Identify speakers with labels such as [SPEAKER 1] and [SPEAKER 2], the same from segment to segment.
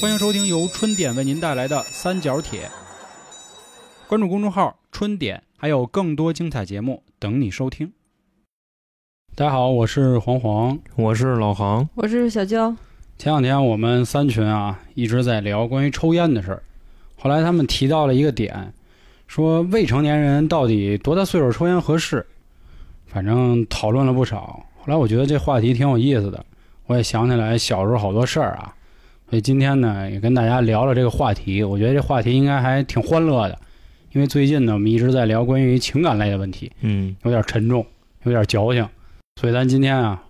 [SPEAKER 1] 欢迎收听由春点为您带来的《三角铁》，关注公众号“春点”，还有更多精彩节目等你收听。大家好，我是黄黄。
[SPEAKER 2] 我是老航，
[SPEAKER 3] 我是小娇，
[SPEAKER 1] 前两天我们三群啊一直在聊关于抽烟的事儿，后来他们提到了一个点，说未成年人到底多大岁数抽烟合适？反正讨论了不少。后来我觉得这话题挺有意思的，我也想起来小时候好多事儿啊，所以今天呢也跟大家聊聊这个话题。我觉得这话题应该还挺欢乐的，因为最近呢我们一直在聊关于情感类的问题，
[SPEAKER 2] 嗯，
[SPEAKER 1] 有点沉重，有点矫情，所以咱今天啊，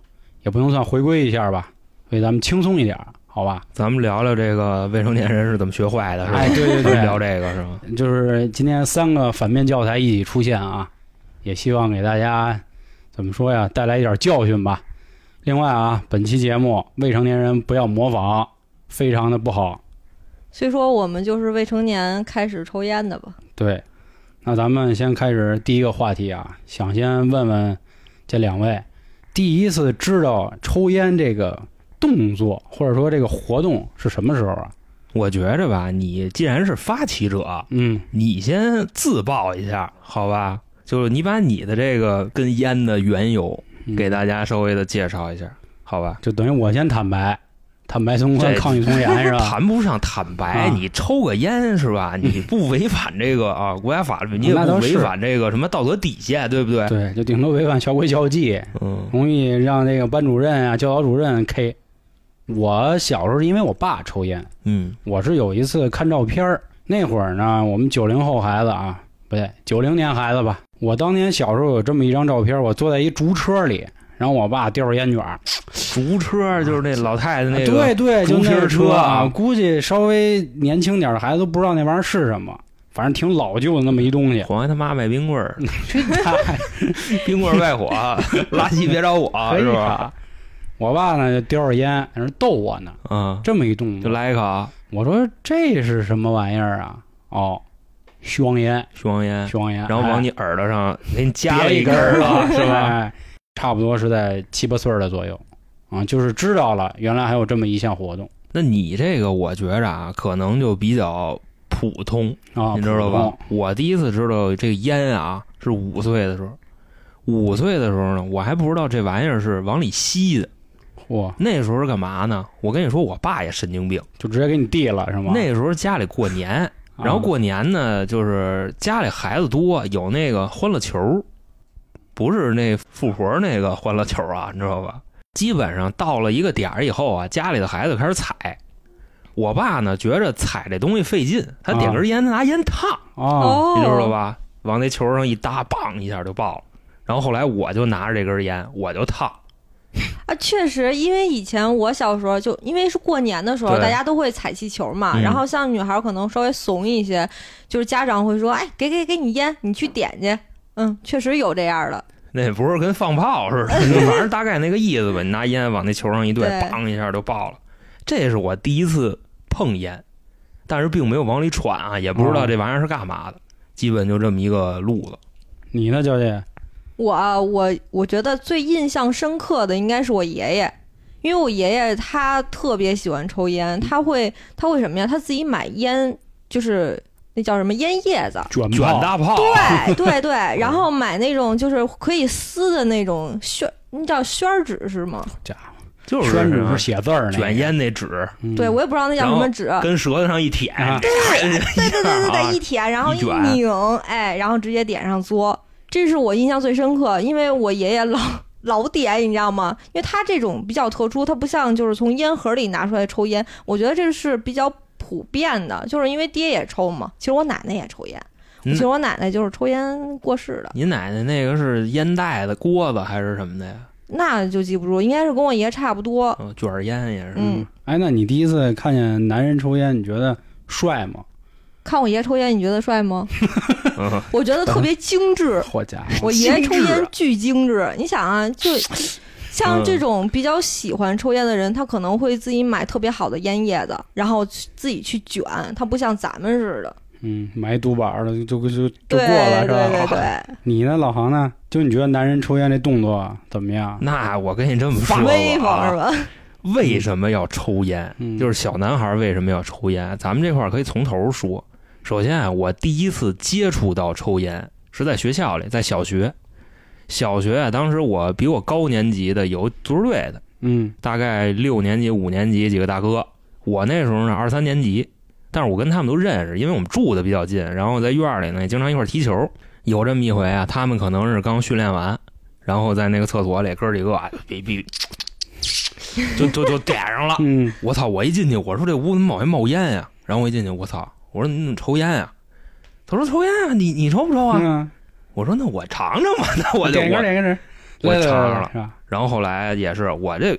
[SPEAKER 1] 也不能算回归一下吧，所以咱们轻松一点儿，好吧？
[SPEAKER 2] 咱们聊聊这个未成年人是怎么学坏的，是吧？
[SPEAKER 1] 哎，对对对，
[SPEAKER 2] 聊这个是吗？
[SPEAKER 1] 就是今天三个反面教材一起出现啊，也希望给大家怎么说呀，带来一点教训吧。另外啊，本期节目未成年人不要模仿，非常的不好。
[SPEAKER 3] 虽说我们就是未成年开始抽烟的吧，
[SPEAKER 1] 对，那咱们先开始第一个话题啊，想先问问这两位，第一次知道抽烟这个动作或者说这个活动是什么时候啊？
[SPEAKER 2] 我觉着吧，你既然是发起者，
[SPEAKER 1] 嗯，
[SPEAKER 2] 你先自曝一下，好吧？就是你把你的这个跟烟的缘由
[SPEAKER 1] 嗯
[SPEAKER 2] 给大家稍微的介绍一下，好吧？
[SPEAKER 1] 就等于我先坦白，坦白从宽，
[SPEAKER 2] 这
[SPEAKER 1] 抗拒从 严是吧？
[SPEAKER 2] 谈不上坦白，
[SPEAKER 1] 啊
[SPEAKER 2] 你抽个烟 是吧？你不违反这个啊国家法律，你也
[SPEAKER 1] 那
[SPEAKER 2] 不
[SPEAKER 1] 倒
[SPEAKER 2] 违
[SPEAKER 1] 是
[SPEAKER 2] 反这个什么道德底线，对不对？
[SPEAKER 1] 对，就顶多违反校规校纪，
[SPEAKER 2] 嗯，
[SPEAKER 1] 容易让那个班主任啊、教导主任 K。我小时候是因为我爸抽烟，
[SPEAKER 2] 嗯
[SPEAKER 1] 我是有一次看照片儿，那会儿呢，我们九零后孩子啊，不对，九零年孩子吧。我当年小时候有这么一张照片，我坐在一竹车里，然后我爸叼着烟卷儿，
[SPEAKER 2] 竹车就是那老太太那个，
[SPEAKER 1] 啊对对，就
[SPEAKER 2] 竹皮
[SPEAKER 1] 那车
[SPEAKER 2] 儿车
[SPEAKER 1] 啊，
[SPEAKER 2] 啊
[SPEAKER 1] 估计稍微年轻点儿的孩子都不知道那玩意儿是什么，反正挺老旧的那么一东 西。
[SPEAKER 2] 黄爷他妈卖冰棍儿，
[SPEAKER 1] 太
[SPEAKER 2] 冰棍儿外 火，垃圾别找我，
[SPEAKER 1] 可以
[SPEAKER 2] 是吧？
[SPEAKER 1] 啊我爸呢就叼着烟，在那儿逗我呢，
[SPEAKER 2] 啊，
[SPEAKER 1] 这么一动
[SPEAKER 2] 就
[SPEAKER 1] 作。
[SPEAKER 2] 来一口啊
[SPEAKER 1] 我说这是什么玩意儿啊？哦，双烟，
[SPEAKER 2] 熊烟，
[SPEAKER 1] 双烟，
[SPEAKER 2] 然后往
[SPEAKER 1] 哎
[SPEAKER 2] 你耳朵上给你加了
[SPEAKER 1] 别
[SPEAKER 2] 一
[SPEAKER 1] 一
[SPEAKER 2] 根儿
[SPEAKER 1] 儿
[SPEAKER 2] 啊， 是吧？
[SPEAKER 1] 哎差不多是在七八岁儿的左右，啊，就是知道了原来还有这么一项活动
[SPEAKER 2] 那你这个我觉着啊，可能就比较普通，
[SPEAKER 1] 啊，
[SPEAKER 2] 你知道
[SPEAKER 1] 普
[SPEAKER 2] 吧
[SPEAKER 1] 通？？
[SPEAKER 2] 我第一次知道这个烟啊，是五岁的时候。五岁的时候呢，我还不知道这玩意儿是往里吸的。
[SPEAKER 1] 嚯，
[SPEAKER 2] 那时候是干嘛呢？我跟你说，我爸也神经病。
[SPEAKER 1] 就直接给你递了是吗？
[SPEAKER 2] 那时候家里过年，
[SPEAKER 1] 啊
[SPEAKER 2] 然后过年呢，就是家里孩子多，有那个欢乐球，不是那富婆那个欢乐球啊，你知道吧？基本上到了一个点儿以后啊，家里的孩子开始踩。我爸呢，觉着踩这东西费劲，他点根烟，他拿烟烫，
[SPEAKER 3] 哦
[SPEAKER 1] 啊，
[SPEAKER 2] 你知道？吧？往那球上一搭，梆一下就爆了。然后后来我就拿着这根烟，我就烫，
[SPEAKER 3] 啊，确实，因为以前我小时候就因为是过年的时候，
[SPEAKER 2] 对
[SPEAKER 3] 大家都会踩气球嘛，
[SPEAKER 2] 嗯
[SPEAKER 3] 然后像女孩可能稍微怂一些，就是家长会说，哎，给给给你烟，你去点去。嗯，确实有这样的，
[SPEAKER 2] 那不是跟放炮似的， 反正大概那个意思吧。你拿烟往那球上一对，
[SPEAKER 3] 对
[SPEAKER 2] 梆一下就爆了。这是我第一次碰烟，但是并没有往里喘啊，也不知
[SPEAKER 1] 哦
[SPEAKER 2] 道这玩意儿是干嘛的，基本就这么一个路子。
[SPEAKER 1] 你呢，娇姐？
[SPEAKER 3] 我啊我我觉得最印象深刻的应该是我爷爷，因为我爷爷他特别喜欢抽烟，他会他会什么呀？他自己买烟，就是那叫什么烟叶子，
[SPEAKER 1] 卷
[SPEAKER 2] 卷
[SPEAKER 1] 炮
[SPEAKER 2] 大炮，啊
[SPEAKER 3] 对对对，然后买那种就是可以撕的那种宣，那叫宣儿纸是吗？
[SPEAKER 1] 家
[SPEAKER 2] 就
[SPEAKER 1] 伙，
[SPEAKER 2] 是啊
[SPEAKER 1] 宣纸是写字儿那个
[SPEAKER 2] 卷，烟那纸，
[SPEAKER 1] 嗯
[SPEAKER 3] 对，我也不知道那叫什么纸。
[SPEAKER 2] 跟舌头上一舔，
[SPEAKER 1] 啊
[SPEAKER 3] 啊对对对对
[SPEAKER 2] 啊
[SPEAKER 3] 对，一舔，然后
[SPEAKER 2] 一
[SPEAKER 3] 一
[SPEAKER 2] 卷
[SPEAKER 3] 拧，哎，然后直接点上嘬，这是我印象最深刻，因为我爷爷老老点，你知道吗？因为他这种比较特殊，他不像就是从烟盒里拿出来抽烟，我觉得这是比较普遍的，就是因为爹也抽嘛，其实我奶奶也抽烟，
[SPEAKER 2] 嗯
[SPEAKER 3] 其实我奶奶就是抽烟过世的。
[SPEAKER 2] 你奶奶那个是烟袋子、锅子还是什么的呀？
[SPEAKER 3] 那就记不住，应该是跟我爷差不多。
[SPEAKER 2] 嗯，卷烟也是。
[SPEAKER 3] 嗯，
[SPEAKER 1] 哎，那你第一次看见男人抽烟，你觉得帅 吗？
[SPEAKER 3] 看我爷抽烟，你觉得帅吗？
[SPEAKER 2] 嗯
[SPEAKER 3] 我觉得特别精致。
[SPEAKER 1] 好家伙，
[SPEAKER 3] 我爷抽
[SPEAKER 2] 精致
[SPEAKER 3] 烟
[SPEAKER 2] 啊
[SPEAKER 3] 巨精致，你想啊，就 像
[SPEAKER 2] 嗯
[SPEAKER 3] 这种比较喜欢抽烟的人，他可能会自己买特别好的烟叶子，然后去自己去卷，他不像咱们似的。
[SPEAKER 1] 嗯，买一独板儿的就就就就
[SPEAKER 3] 对
[SPEAKER 1] 过了
[SPEAKER 3] 对对
[SPEAKER 1] 是吧？
[SPEAKER 3] 对，
[SPEAKER 1] 你呢，老航呢？
[SPEAKER 2] 嗯
[SPEAKER 1] 就你觉得男人抽烟这动作怎么样？
[SPEAKER 2] 那我跟你这么说吧啊，
[SPEAKER 3] 威风是吧？
[SPEAKER 2] 为什么要抽烟？
[SPEAKER 1] 嗯
[SPEAKER 2] 就是小男孩为什么要抽烟？咱们这块儿可以从头说。首先啊，我第一次接触到抽烟是在学校里，在小学。小学啊，当时我比我高年级的有足球队的，
[SPEAKER 1] 嗯
[SPEAKER 2] 大概六年级、五年级几个大哥，我那时候呢二三年级，但是我跟他们都认识，因为我们住的比较近，然后在院里呢也经常一块儿踢球。有这么一回啊，他们可能是刚训练完，然后在那个厕所里哥儿几个啊，别别，就就就点上了。
[SPEAKER 1] 嗯
[SPEAKER 2] 我操！我一进去，我说这屋怎么冒烟冒烟呀、然后我一进去，我操！我说你怎么抽烟呀、他说抽烟啊，你你抽不抽啊？
[SPEAKER 1] 嗯，
[SPEAKER 2] 我说那我尝尝吧，那我就
[SPEAKER 1] 点一
[SPEAKER 2] 我
[SPEAKER 1] 根点一根，
[SPEAKER 2] 我
[SPEAKER 1] 来来
[SPEAKER 2] 尝
[SPEAKER 1] 来
[SPEAKER 2] 上
[SPEAKER 1] 来
[SPEAKER 2] 了
[SPEAKER 1] 是吧？
[SPEAKER 2] 然后后来也是我这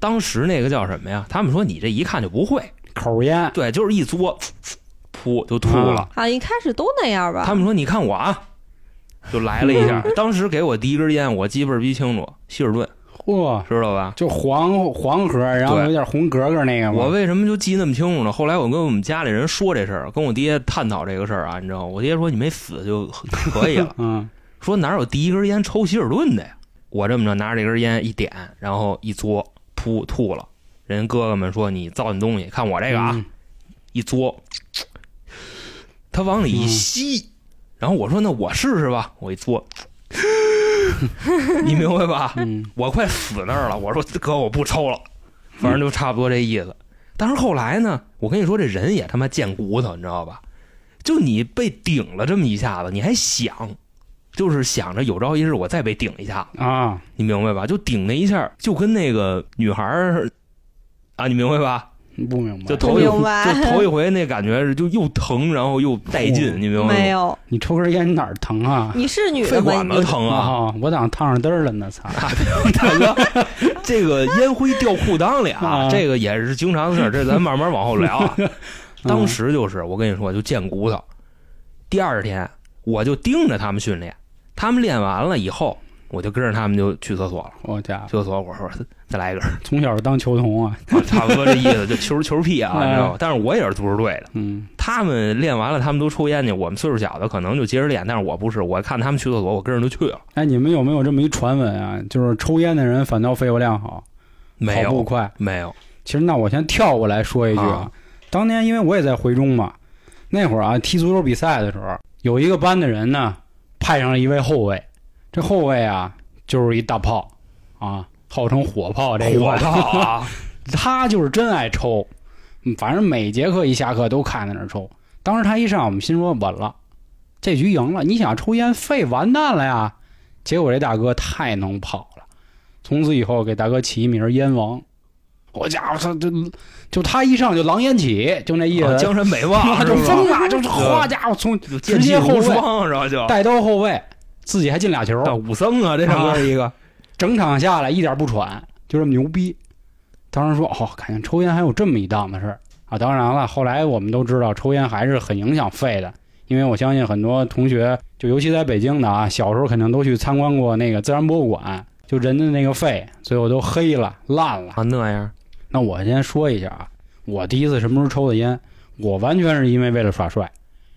[SPEAKER 2] 当时那个叫什么呀？他们说你这一看就不会，
[SPEAKER 1] 口烟，
[SPEAKER 2] 对，就是一嘬，噗就吐了。
[SPEAKER 3] 啊，一开始都那样吧。
[SPEAKER 2] 他们说你看我啊，就来了一下。 当时给我第一根烟，我记倍儿逼清楚，希尔顿，
[SPEAKER 1] 嚯，
[SPEAKER 2] 知道吧？
[SPEAKER 1] 就黄黄盒，然后
[SPEAKER 2] 对
[SPEAKER 1] 有点红格格那个
[SPEAKER 2] 我
[SPEAKER 1] 嘛。
[SPEAKER 2] 为什么就记那么清楚呢？后来我跟我们家里人说这事儿，跟我爹探讨这个事儿啊，你知道吗，我爹说你没死就 可以了。
[SPEAKER 1] 嗯
[SPEAKER 2] 说哪有第一根烟抽希尔顿的呀？我这么着拿着这根烟一点，然后一嘬，噗吐了。人哥哥们说你造你东西，看我这个啊，
[SPEAKER 1] 嗯
[SPEAKER 2] 一嘬，他往里一
[SPEAKER 1] 嗯
[SPEAKER 2] 吸，然后我说那我试试吧，我一嘬， 你明白吧？
[SPEAKER 1] 嗯
[SPEAKER 2] 我快死那儿了，我说哥我不抽了，反正就差不多这意思。但是后来呢，我跟你说这人也他妈贱骨头，你知道吧？就你被顶了这么一下子，你还想，就是想着有朝一日我再被顶一下子，
[SPEAKER 1] 啊，
[SPEAKER 2] 你明白吧？就顶那一下，就跟那个女孩儿啊，你明白吧？
[SPEAKER 1] 不明白，
[SPEAKER 2] 就头一
[SPEAKER 3] 不明白
[SPEAKER 2] 就头一回那感觉是就又疼，然后又带
[SPEAKER 1] 哦
[SPEAKER 2] 劲，你明白吗？
[SPEAKER 3] 没 有，
[SPEAKER 1] 你抽根烟你哪儿疼啊？
[SPEAKER 3] 你是女
[SPEAKER 2] 肺
[SPEAKER 3] 的吗？
[SPEAKER 2] 管
[SPEAKER 3] 你
[SPEAKER 2] 子
[SPEAKER 3] 就
[SPEAKER 2] 疼啊！
[SPEAKER 1] 啊，我当烫上灯儿了呢，操！
[SPEAKER 2] 大哥， 这个烟灰掉裤裆里啊
[SPEAKER 1] 啊，
[SPEAKER 2] 这个也是经常的事儿，这咱慢慢往后聊啊。当
[SPEAKER 1] 嗯
[SPEAKER 2] 时就是我跟你说，就贱骨头。第二天我就盯着他们训练，他们练完了以后，我就跟着他们就去厕所了。
[SPEAKER 1] 嗯我家
[SPEAKER 2] 去厕所我说再 来一根儿，
[SPEAKER 1] 从小当球童啊，
[SPEAKER 2] 啊差不多这意思， 就球球屁啊，
[SPEAKER 1] 嗯
[SPEAKER 2] 你知道吗？但是我也是足球队的。
[SPEAKER 1] 嗯
[SPEAKER 2] 他们练完了，他们都抽烟去。我们岁数小的可能就接着练，但是我不是，我看他们去厕所，我跟着就去了。
[SPEAKER 1] 哎，你们有没有这么一传闻啊？就是抽烟的人反倒肺活量好，
[SPEAKER 2] 没
[SPEAKER 1] 跑步
[SPEAKER 2] 有，
[SPEAKER 1] 快。
[SPEAKER 2] 没有，
[SPEAKER 1] 其实那我先跳过来说一句啊
[SPEAKER 2] 啊，
[SPEAKER 1] 当年因为我也在回中嘛，那会儿啊踢足球比赛的时候，有一个班的人呢派上了一位后卫，这后卫啊就是一大炮啊，号称火炮这一
[SPEAKER 2] 火
[SPEAKER 1] 块，
[SPEAKER 2] 炮 啊！
[SPEAKER 1] 他就是真爱抽，嗯反正每节课一下课都看在那儿抽。当时他一上，我们心说稳了，这局赢了。你想抽烟肺完蛋了呀？结果这大哥太能跑了，从此以后给大哥起一名儿烟王。我家伙，他就就他一上就狼烟起，就那意思，
[SPEAKER 2] 啊江山北望
[SPEAKER 1] 啊
[SPEAKER 2] 是
[SPEAKER 1] 就
[SPEAKER 2] 吧
[SPEAKER 1] 疯了，就是哗家伙从
[SPEAKER 2] 就
[SPEAKER 1] 直接后
[SPEAKER 2] 无
[SPEAKER 1] 卫
[SPEAKER 2] 双，然后就
[SPEAKER 1] 带刀后卫，自己还进俩球，
[SPEAKER 2] 到武僧啊，这上边一个
[SPEAKER 1] 整场下来一点不喘，就这么牛逼。当时说哦，感觉抽烟还有这么一档子事儿啊！当然了，后来我们都知道，抽烟还是很影响肺的，因为我相信很多同学，就尤其在北京的啊，小时候肯定都去参观过那个自然博物馆，就人的那个肺，最后都黑了、烂了。
[SPEAKER 2] 啊那样
[SPEAKER 1] 那我先说一下啊，我第一次什么时候抽的烟？我完全是因为为了耍帅，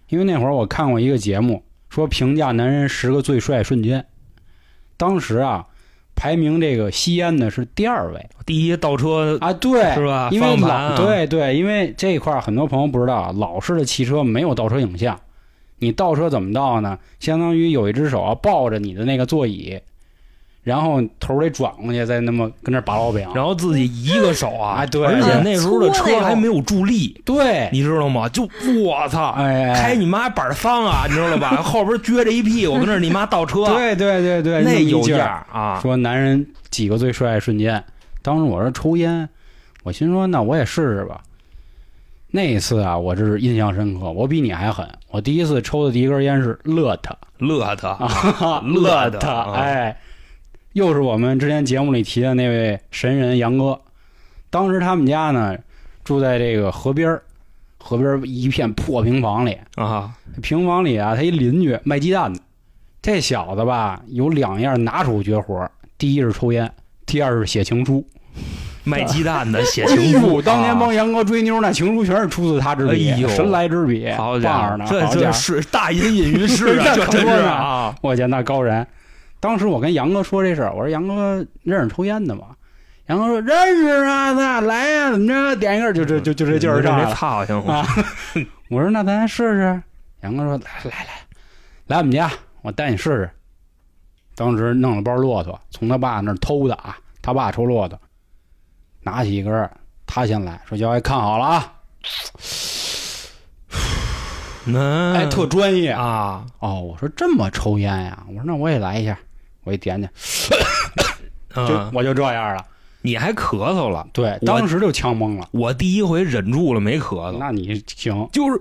[SPEAKER 1] 因为那会儿我看过一个节目，说评价男人十个最帅瞬间，当时啊，排名这个吸烟的是第二位
[SPEAKER 2] 第一倒车
[SPEAKER 1] 啊，对，
[SPEAKER 2] 呃是吧？
[SPEAKER 1] 因为
[SPEAKER 2] 方
[SPEAKER 1] 老、
[SPEAKER 2] 盘啊
[SPEAKER 1] 对对，因为这一块儿很多朋友不知道啊，老式的汽车没有倒车影像，你倒车怎么倒呢？相当于有一只手啊抱着你的那个座椅，然后头儿得转过去，再那么跟那儿拔烙饼，
[SPEAKER 2] 然后自己一个手啊，
[SPEAKER 1] 啊对
[SPEAKER 2] 而且那时候的车还没有助力，
[SPEAKER 1] 对，
[SPEAKER 2] 你知道吗？就我操，
[SPEAKER 1] 哎，
[SPEAKER 2] 开你妈板桑啊，你知道吧？后边撅着一屁股跟那儿你妈倒车，
[SPEAKER 1] 对对对对，
[SPEAKER 2] 那
[SPEAKER 1] 么一
[SPEAKER 2] 有
[SPEAKER 1] 劲
[SPEAKER 2] 样
[SPEAKER 1] 儿。
[SPEAKER 2] 儿啊！
[SPEAKER 1] 说男人几个最帅瞬间，当时我说抽烟，我心说那我也试试吧。那一次啊，我这是印象深刻，我比你还狠。我第一次抽的第一根烟是乐 特，
[SPEAKER 2] 乐他
[SPEAKER 1] 啊
[SPEAKER 2] 乐
[SPEAKER 1] 特
[SPEAKER 2] 特，啊
[SPEAKER 1] 哎，又是我们之前节目里提的那位神人杨哥。当时他们家呢住在这个河边儿，河边儿一片破平房里，
[SPEAKER 2] 啊，
[SPEAKER 1] 平房里啊，他一邻居卖鸡蛋的，这小子吧有两样拿手绝活儿，第一是抽烟，第二是写情书。
[SPEAKER 2] 卖鸡蛋的写
[SPEAKER 1] 哎
[SPEAKER 2] 情
[SPEAKER 1] 呦，
[SPEAKER 2] 书，
[SPEAKER 1] 当年
[SPEAKER 2] 啊
[SPEAKER 1] 帮杨哥追妞，那情书全是出自他之笔，
[SPEAKER 2] 哎呦
[SPEAKER 1] 神来之笔，
[SPEAKER 2] 好
[SPEAKER 1] 棒
[SPEAKER 2] 家
[SPEAKER 1] 儿
[SPEAKER 2] 伙
[SPEAKER 1] 呢，，
[SPEAKER 2] 这
[SPEAKER 1] 好家
[SPEAKER 2] 这
[SPEAKER 1] 伙
[SPEAKER 2] 是大隐隐 于市啊，
[SPEAKER 1] 这
[SPEAKER 2] 这
[SPEAKER 1] 可
[SPEAKER 2] 真
[SPEAKER 1] 不
[SPEAKER 2] 是
[SPEAKER 1] 是呢
[SPEAKER 2] 啊！
[SPEAKER 1] 我见那高人。当时我跟杨哥说这事儿，我说杨哥认识抽烟的吗？然后说认识啊，那来呀、怎么着？点一根儿就这就就这劲儿上来
[SPEAKER 2] 这
[SPEAKER 1] 了。
[SPEAKER 2] 操行吗？
[SPEAKER 1] 啊 我说那咱试试。杨哥说来来来，来我们家，我带你试试。当时弄了包骆驼，从他爸那儿偷的啊，他爸抽骆驼，拿起一根儿，他先来说：“小爱看好了啊，
[SPEAKER 2] 嗯，
[SPEAKER 1] 哎，特专业啊。
[SPEAKER 2] 啊，”
[SPEAKER 1] 哦，我说这么抽烟呀、我说那我也来一下，我一点点，就
[SPEAKER 2] 嗯，
[SPEAKER 1] 我就这样了。
[SPEAKER 2] 你还咳嗽了，
[SPEAKER 1] 对，
[SPEAKER 2] 我啊
[SPEAKER 1] 当时就呛懵了。
[SPEAKER 2] 我第一回忍住了没咳嗽，
[SPEAKER 1] 那你行，
[SPEAKER 2] 就是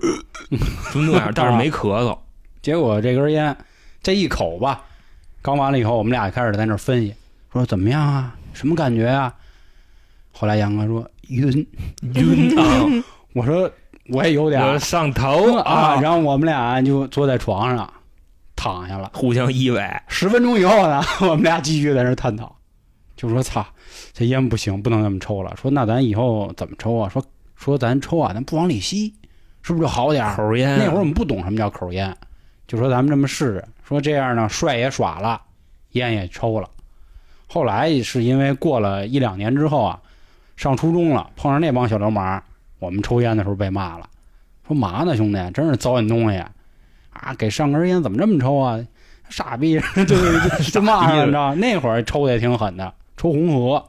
[SPEAKER 2] 就那样，但是没咳嗽。
[SPEAKER 1] 结果这根烟这一口吧，刚完了以后，我们俩开始在那儿分析，说怎么样啊，什么感觉啊？后来杨哥说晕，
[SPEAKER 2] 晕啊，
[SPEAKER 1] 我说我也有点
[SPEAKER 2] 我
[SPEAKER 1] 儿
[SPEAKER 2] 上头
[SPEAKER 1] 啊，
[SPEAKER 2] 啊，
[SPEAKER 1] 然后我们俩就坐在床上躺下了。
[SPEAKER 2] 互相依偎，
[SPEAKER 1] 十分钟以后呢， 我们俩继续在那儿探讨，就说操，这烟不行，不能这么抽了。说那咱以后怎么抽啊？说说咱抽啊，咱不往里吸，是不是就好点儿？
[SPEAKER 2] 口烟。
[SPEAKER 1] 那会儿我们不懂什么叫口烟，就说咱们这么试试，说这样呢，帅也耍了，烟也抽了。后来是因为过了一两年之后啊，上初中了，碰上那帮小流氓，我们抽烟的时候被骂了，说嘛呢兄弟，真是糟践东西啊！给上根烟怎么这么抽啊？傻逼， 就就就骂上了，你知道吗？那会儿抽的也挺狠的，抽红河，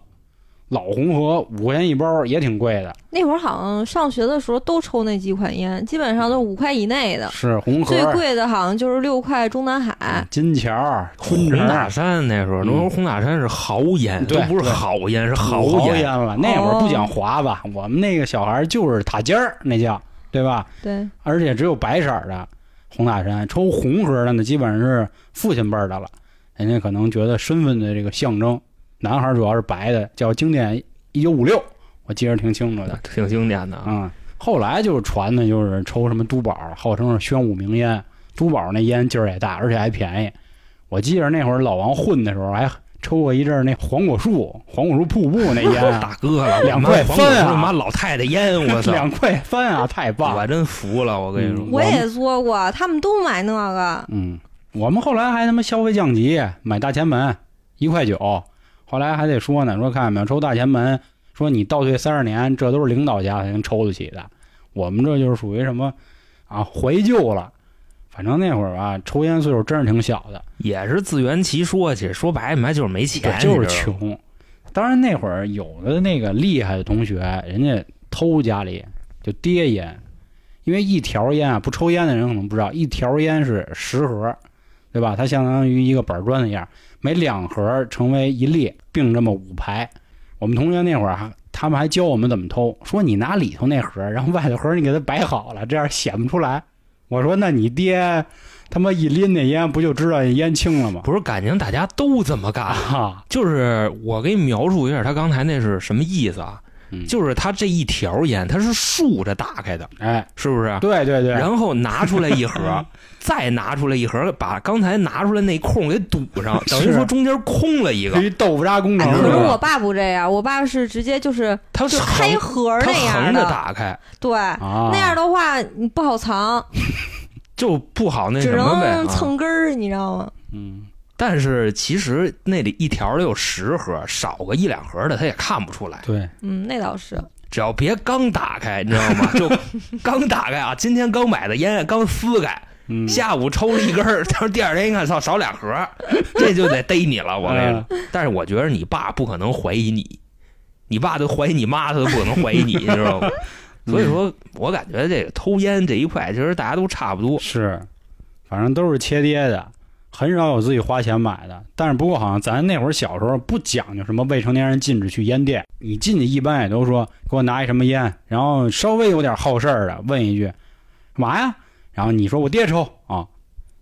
[SPEAKER 1] 老红河五块钱一包，也挺贵的，
[SPEAKER 3] 那会儿好像上学的时候都抽那几款烟，基本上都五块以内的，
[SPEAKER 1] 是红河
[SPEAKER 3] 哦最贵的好像就是六块中
[SPEAKER 2] 嗯
[SPEAKER 3] 南海。
[SPEAKER 1] 金钱儿、春
[SPEAKER 2] 红
[SPEAKER 1] 城
[SPEAKER 2] 塔山那时候，
[SPEAKER 1] 嗯
[SPEAKER 2] 那时候红塔山是豪烟，
[SPEAKER 1] 对
[SPEAKER 2] 都不是好烟，是
[SPEAKER 1] 好
[SPEAKER 2] 豪
[SPEAKER 1] 烟
[SPEAKER 2] 烟。
[SPEAKER 1] 了。那会儿不讲华子，我们那个小孩儿就是塔尖儿，那叫对吧？
[SPEAKER 3] 对，
[SPEAKER 1] 而且只有白色儿的红塔山，抽红盒的呢，基本上是父亲辈儿的了。人家可能觉得身份的这个象征，男孩儿主要是白的，叫经典一九五六，我记着挺清楚的。
[SPEAKER 2] 挺经典的啊，
[SPEAKER 1] 嗯，后来就是传的就是抽什么都宝，号称是宣武名烟。都宝那烟劲儿也大，而且还便宜。我记着那会儿老王混的时候，还抽过一阵儿那黄果树、黄果树瀑布那烟 啊、
[SPEAKER 2] 大哥了，
[SPEAKER 1] 两
[SPEAKER 2] 我妈
[SPEAKER 1] 块
[SPEAKER 2] 黄
[SPEAKER 1] 三啊
[SPEAKER 2] 我妈老太太烟， 我操，
[SPEAKER 1] 两块翻啊，太棒了！
[SPEAKER 2] 我真服了，我跟你说
[SPEAKER 1] 嗯，
[SPEAKER 3] 我也嘬过，他们都买那个。
[SPEAKER 1] 嗯，我们后来还他妈消费降级，买大前门一块九，后来还得说呢，说看见没有，抽大前门，说你倒退三十年，这都是领导家才能抽得起的，我们这就是属于什么啊怀旧了。反正那会儿吧，抽烟岁数真是挺小的，
[SPEAKER 2] 也是自圆其说去，说白了嘛就是没钱，你知道
[SPEAKER 1] 就
[SPEAKER 2] 吗
[SPEAKER 1] 是穷。当然那会儿有的那个厉害的同学，人家偷家里就跌烟，因为一条烟啊，不抽烟的人可能不知道，一条烟是十盒，对吧？它相当于一个板砖那样，每两盒成为一列，并这么五排。我们同学那会儿还，他们还教我们怎么偷，说你拿里头那盒，然后外头盒你给它摆好了，这样显不出来。我说那你爹他妈一拎那烟，不就知道烟轻了吗？
[SPEAKER 2] 不是感情大家都这么干，
[SPEAKER 1] 啊，
[SPEAKER 2] 就是我给你描述一下他刚才那是什么意思啊？
[SPEAKER 1] 嗯
[SPEAKER 2] 就是他这一条烟，它是竖着打开的，
[SPEAKER 1] 哎，
[SPEAKER 2] 是不是？
[SPEAKER 1] 对对对，
[SPEAKER 2] 然后拿出来一
[SPEAKER 3] 嗯
[SPEAKER 2] 盒，再拿出来一盒，把刚才拿出来那空给堵 上，
[SPEAKER 1] 是
[SPEAKER 2] 等于说中间空了一
[SPEAKER 1] 对
[SPEAKER 2] 个。
[SPEAKER 1] 于豆腐渣工程
[SPEAKER 2] 哎
[SPEAKER 3] 可
[SPEAKER 2] 你
[SPEAKER 1] 是
[SPEAKER 2] 知
[SPEAKER 3] 是
[SPEAKER 2] 道吗
[SPEAKER 1] 吧？
[SPEAKER 3] 我爸不这样，我爸是直接就是
[SPEAKER 2] 它
[SPEAKER 3] 就
[SPEAKER 2] 横
[SPEAKER 3] 开盒儿
[SPEAKER 2] 它
[SPEAKER 3] 那样
[SPEAKER 2] 横着
[SPEAKER 3] 的，
[SPEAKER 2] 打开，
[SPEAKER 3] 对，
[SPEAKER 1] 啊，
[SPEAKER 3] 那样的话你不好藏，
[SPEAKER 2] 就不好那
[SPEAKER 3] 只
[SPEAKER 2] 什么呗。
[SPEAKER 3] 能
[SPEAKER 2] 啊
[SPEAKER 3] 蹭根儿，你知道吗？
[SPEAKER 1] 嗯，
[SPEAKER 2] 但是其实那里一条有十盒，少个一两盒的他也看不出来。
[SPEAKER 1] 对，
[SPEAKER 3] 嗯，那倒是。
[SPEAKER 2] 只要别刚打开，你知道吗？就刚打开啊！今天刚买的烟刚撕开，
[SPEAKER 1] 嗯，
[SPEAKER 2] 下午抽了一根儿， 他说第二天一看，操，少两盒 儿，这就得逮你了，我那个。
[SPEAKER 1] 呃
[SPEAKER 2] 但是我觉得你爸不可能怀疑你，你爸都怀疑你妈，他都不可能怀 疑你，你知道吗？所以说我感觉这个偷烟这一块，其实大家都差不多。
[SPEAKER 1] 是，反正都是切爹的，很少有自己花钱买的。但是不过好像咱那会儿小时候不讲究什么未成年人禁止去烟店，你进去一般也都说给我拿一什么烟，然后稍微有点好事儿的问一句干嘛呀，然后你说我爹抽啊，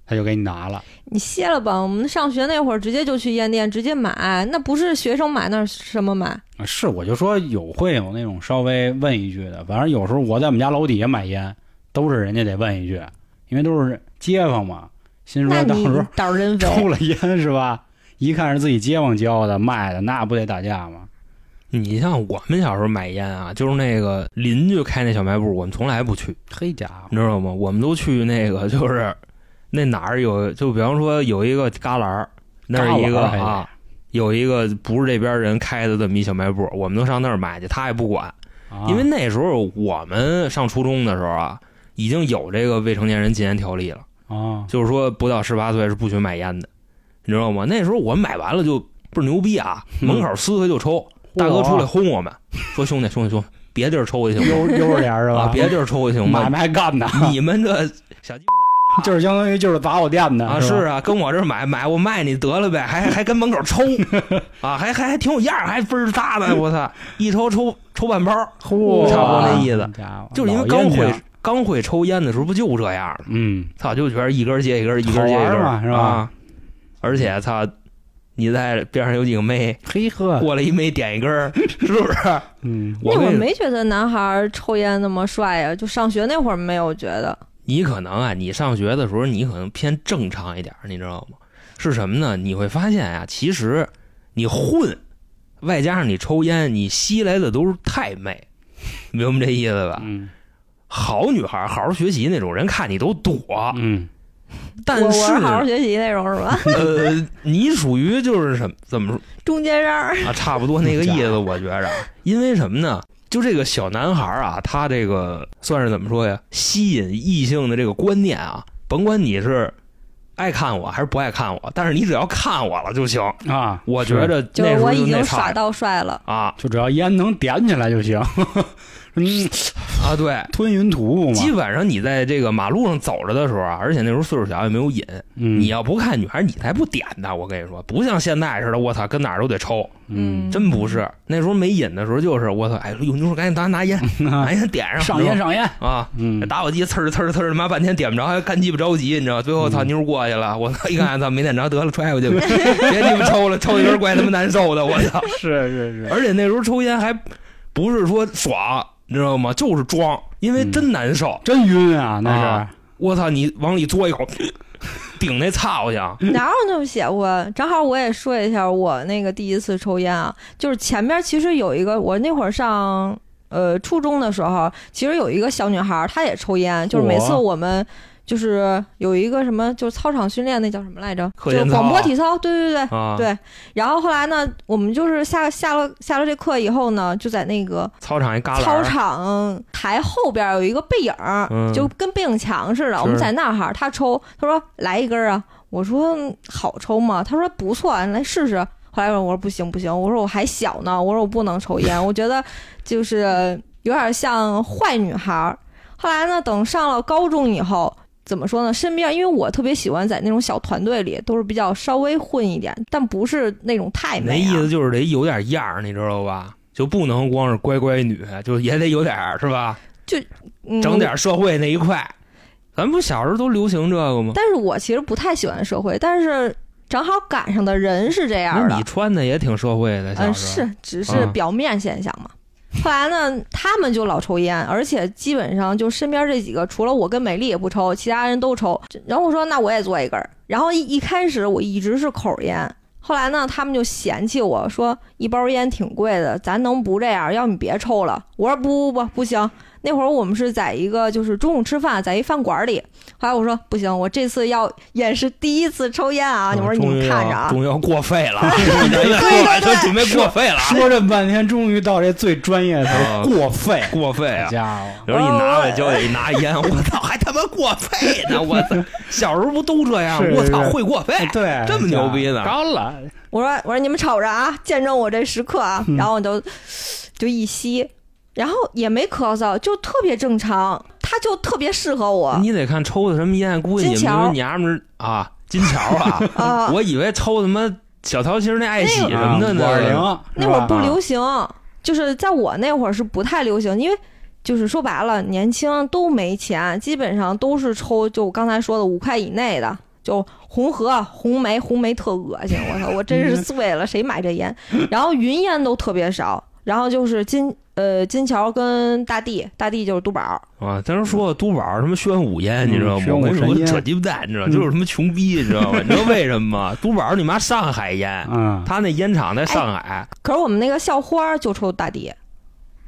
[SPEAKER 1] 他就给你拿了。
[SPEAKER 3] 你歇了吧，我们上学那会儿直接就去烟店直接买，那不是学生买，那是什么买？
[SPEAKER 1] 啊是，我就说有会有那种稍微问一句的，反正有时候我在我们家楼底下买烟，都是人家得问一句，因为都是街坊嘛，心
[SPEAKER 3] 那
[SPEAKER 1] 说到时
[SPEAKER 3] 你
[SPEAKER 1] 候
[SPEAKER 3] 胆儿真
[SPEAKER 1] 抽
[SPEAKER 3] 肥。
[SPEAKER 1] 了烟是吧？一看是自己街坊教的卖的，那不得打架吗？
[SPEAKER 2] 你像我们小时候买烟啊，就是那个邻居开那小卖部，我们从来不去。
[SPEAKER 1] 黑家伙，
[SPEAKER 2] 你知道吗？我们都去那个，就是那哪儿有，就比方说有一个旮旯儿，那儿一个
[SPEAKER 1] 旮旯儿还得
[SPEAKER 2] 啊，有一个不是这边人开的这么一小卖部，我们能上那儿买去，他也不管。
[SPEAKER 1] 啊
[SPEAKER 2] 因为那时候我们上初中的时候啊，已经有这个未成年人禁烟条例了，
[SPEAKER 1] 啊，
[SPEAKER 2] 就是说不到十八岁是不许买烟的，你知道吗？那时候我们买完了就倍儿牛逼啊，
[SPEAKER 1] 嗯
[SPEAKER 2] 门口撕开就抽，大哥出来
[SPEAKER 1] 嚯
[SPEAKER 2] 轰我们，说兄弟兄弟兄弟，别地儿抽去行吗？
[SPEAKER 1] 悠悠着点儿是吧？
[SPEAKER 2] 啊，别地儿抽去行
[SPEAKER 1] 买
[SPEAKER 2] 吗？
[SPEAKER 1] 卖干的，
[SPEAKER 2] 你们这小鸡巴崽子
[SPEAKER 1] 就是相当于就是砸我店的
[SPEAKER 2] 啊！啊，
[SPEAKER 1] 是
[SPEAKER 2] 是
[SPEAKER 1] 吧
[SPEAKER 2] 啊，跟我这儿买买，我卖你得了呗，还还跟门 口抽啊，还还还挺有样儿，还倍儿大的，我操，一抽抽抽半包儿，
[SPEAKER 1] 嚯
[SPEAKER 2] 差不多那意思
[SPEAKER 1] 好家伙
[SPEAKER 2] 就是因
[SPEAKER 1] 老
[SPEAKER 2] 为刚
[SPEAKER 1] 烟啊
[SPEAKER 2] 会
[SPEAKER 1] 枪
[SPEAKER 2] 刚会抽烟的时候不就这样吗？
[SPEAKER 1] 嗯
[SPEAKER 2] 操，就觉得一根接一根，一根接一
[SPEAKER 1] 好玩
[SPEAKER 2] 根
[SPEAKER 1] 嘛是吧
[SPEAKER 2] 啊而且操，你在边上有几 个妹，
[SPEAKER 1] 嘿呵，
[SPEAKER 2] 过来一妹点一根儿，是不是？
[SPEAKER 1] 嗯
[SPEAKER 3] 那会
[SPEAKER 2] 跟
[SPEAKER 3] 儿
[SPEAKER 2] 你
[SPEAKER 3] 没觉得男孩儿抽烟那么帅呀、就上学那会儿没有觉得。
[SPEAKER 2] 你可能啊，你上学的时候你可能偏正常一点儿，你知道吗？是什么呢？你会发现啊，其实你混，外加上你抽烟，你吸来的都是太妹，明白这意思吧？
[SPEAKER 1] 嗯
[SPEAKER 2] 好女孩儿好好学习那种人看你都躲，
[SPEAKER 1] 嗯，
[SPEAKER 2] 但
[SPEAKER 3] 我我
[SPEAKER 2] 是
[SPEAKER 3] 是好好学习那种是吧？
[SPEAKER 2] 呃，你属于就是什么怎么说
[SPEAKER 3] 中间商儿
[SPEAKER 2] 啊？差不多那个意 思，我觉着，因为什么呢？就这个小男孩儿啊，他这个算是怎么说呀？吸引异性的这个观念啊，甭管你是爱看我还是不爱看我，但是你只要看我了就行。
[SPEAKER 1] 啊，
[SPEAKER 2] 我觉
[SPEAKER 1] 是
[SPEAKER 2] 着
[SPEAKER 3] 就
[SPEAKER 2] 那
[SPEAKER 3] 是
[SPEAKER 2] 时候
[SPEAKER 3] 我
[SPEAKER 2] 就
[SPEAKER 3] 已
[SPEAKER 2] 那
[SPEAKER 3] 经
[SPEAKER 2] 差
[SPEAKER 3] 傻
[SPEAKER 2] 点
[SPEAKER 3] 到帅了。
[SPEAKER 2] 啊
[SPEAKER 1] 就只要烟能点起来就行， 嗯，
[SPEAKER 2] 啊！对，
[SPEAKER 1] 吞云吐雾嘛
[SPEAKER 2] 基，本上你在这个马路上走着的时候啊，而且那时候岁数小也没有瘾，
[SPEAKER 1] 嗯
[SPEAKER 2] 你要不看女孩，你才不点呢。我跟你说，不像现在似的，我操，跟哪儿都得抽。
[SPEAKER 1] 嗯
[SPEAKER 2] 真不是，那时候没瘾的时候就是我操，哎呦，你说赶紧拿拿 烟，拿烟点上，
[SPEAKER 1] 上烟
[SPEAKER 2] 知道
[SPEAKER 1] 上烟，
[SPEAKER 2] 吗啊！
[SPEAKER 1] 嗯
[SPEAKER 2] 打火机呲儿呲儿呲儿，他妈半天点不着，还干鸡巴着急，你知道吗？最后操
[SPEAKER 1] 嗯
[SPEAKER 2] 妞儿过去了，我操，一看操没点着，得了，揣回 去吧，别鸡巴抽了，抽一根怪他妈难受的，我操！
[SPEAKER 1] 是是是，
[SPEAKER 2] 而且那时候抽烟还不是说爽，你知道吗？就是装，因
[SPEAKER 3] 嗯
[SPEAKER 2] 为真难受。
[SPEAKER 1] 真晕啊，那
[SPEAKER 2] 啊我操，你往里嘬一口， 顶那操去啊！
[SPEAKER 3] 哪有那么邪乎啊？正好我也说一下我那个第一次抽烟啊，就是前面其实有一个，我那会儿上呃初中的时候，其实有一个小女孩儿，她也抽烟，就是每次
[SPEAKER 1] 嚯
[SPEAKER 3] 我们。就是有一个什么，就是操场训练那叫什么来着？
[SPEAKER 2] 课
[SPEAKER 3] 就
[SPEAKER 2] 间
[SPEAKER 3] 是
[SPEAKER 2] 操
[SPEAKER 3] 广播体操，对对对。
[SPEAKER 2] 啊
[SPEAKER 3] 对然后后来呢，我们就是下下了下了这课以后呢，就在那个
[SPEAKER 2] 操场一旮旯，
[SPEAKER 3] 操场台后边有一个背影儿，
[SPEAKER 2] 嗯
[SPEAKER 3] 就跟背影墙似的。我们在那儿哈，他抽，他说来一根儿啊，我说嗯好抽吗？他说不错，你来试试。后来我说不行不行，我说我还小呢，我说我不能抽烟，我觉得就是有点像坏女孩儿。后来呢，等上了高中以后，怎么说呢？身边因为我特别喜欢在那种小团队里，都是比较稍微混一点，但不是那种太
[SPEAKER 2] 那
[SPEAKER 3] 没、
[SPEAKER 2] 意
[SPEAKER 3] 啊、
[SPEAKER 2] 思就是得有点样儿，你知道吧？就不能光是乖乖女，就也得有点儿是吧？
[SPEAKER 3] 嗯
[SPEAKER 2] 整点社会那一块。咱不小时候都流行这个吗？
[SPEAKER 3] 但是我其实不太喜欢社会，但是正好赶上的人是这样
[SPEAKER 2] 那
[SPEAKER 3] 的
[SPEAKER 2] 你，穿的也挺社会的，小
[SPEAKER 3] 嗯，
[SPEAKER 2] 时候。
[SPEAKER 3] 是只是表面现象嘛。后来呢，他们就老抽烟，而且基本上就身边这几个，除了我跟美丽也不抽，其他人都抽。然后我说那我也做一根儿，然后一一开始我一直是口烟。后来呢，他们就嫌弃我说一包烟挺贵的，咱能不这样？要不你别抽了。我说不不不不行。那会儿我们是在一个就是中午吃饭，在一饭馆里。后来我说不行，我这次要演示第一次抽烟啊！你们说
[SPEAKER 2] 嗯
[SPEAKER 3] 你
[SPEAKER 2] 终于
[SPEAKER 3] 们看着
[SPEAKER 2] 要
[SPEAKER 3] 啊，
[SPEAKER 2] 终于要过肺 了，你这一过来就准备过肺了，
[SPEAKER 1] 说这么半天，终于到这最专业的词儿
[SPEAKER 2] 啊
[SPEAKER 1] 过肺，
[SPEAKER 2] 过肺
[SPEAKER 1] 好
[SPEAKER 2] 啊！
[SPEAKER 3] 哦
[SPEAKER 1] 家伙，
[SPEAKER 2] 然后一拿过来交给一拿烟，我操，还他妈过肺呢！我操，小时候不都这样？
[SPEAKER 1] 是
[SPEAKER 2] 我操，
[SPEAKER 1] 是
[SPEAKER 2] 会过肺，
[SPEAKER 3] 哎
[SPEAKER 1] 对，
[SPEAKER 2] 哎这么牛逼呢
[SPEAKER 1] 高了，
[SPEAKER 3] 我说我说你们瞅着啊，见证我这时刻啊，然后我就就一吸，然后也没咳嗽，就特别正常，他就特别适合我
[SPEAKER 2] 你得看抽的什么烟，估计你们
[SPEAKER 3] 金
[SPEAKER 2] 这
[SPEAKER 3] 桥
[SPEAKER 2] 娘们儿啊，金桥啊，
[SPEAKER 3] 啊。
[SPEAKER 2] 我以为抽他妈小桃心儿那爱喜
[SPEAKER 3] 那
[SPEAKER 2] 什么
[SPEAKER 3] 个
[SPEAKER 2] 的
[SPEAKER 1] 啊五二零
[SPEAKER 2] 呢。
[SPEAKER 3] 那会儿不流行，就是在我那会儿是不太流行，因为就是说白了，年轻都没钱，基本上都是抽就我刚才说的五块以内的，就红盒、红梅、红梅特恶心，我操，我真是醉了，谁买这烟？然后云烟都特别少，然后就是金呃金桥跟大地，大地就是督宝儿。
[SPEAKER 2] 啊，当时说都玩什么宣武烟，
[SPEAKER 1] 嗯
[SPEAKER 2] 你知道吗？
[SPEAKER 1] 宣武
[SPEAKER 2] 我跟你说
[SPEAKER 1] 神，烟
[SPEAKER 2] 扯鸡巴蛋，你知道
[SPEAKER 1] 嗯
[SPEAKER 2] 吗，就是他妈穷逼，你知道吗？你知道为什么吗？都玩你妈上海烟，
[SPEAKER 1] 嗯，
[SPEAKER 2] 他那烟厂在上海，
[SPEAKER 3] 可是我们那个校花儿就抽大地，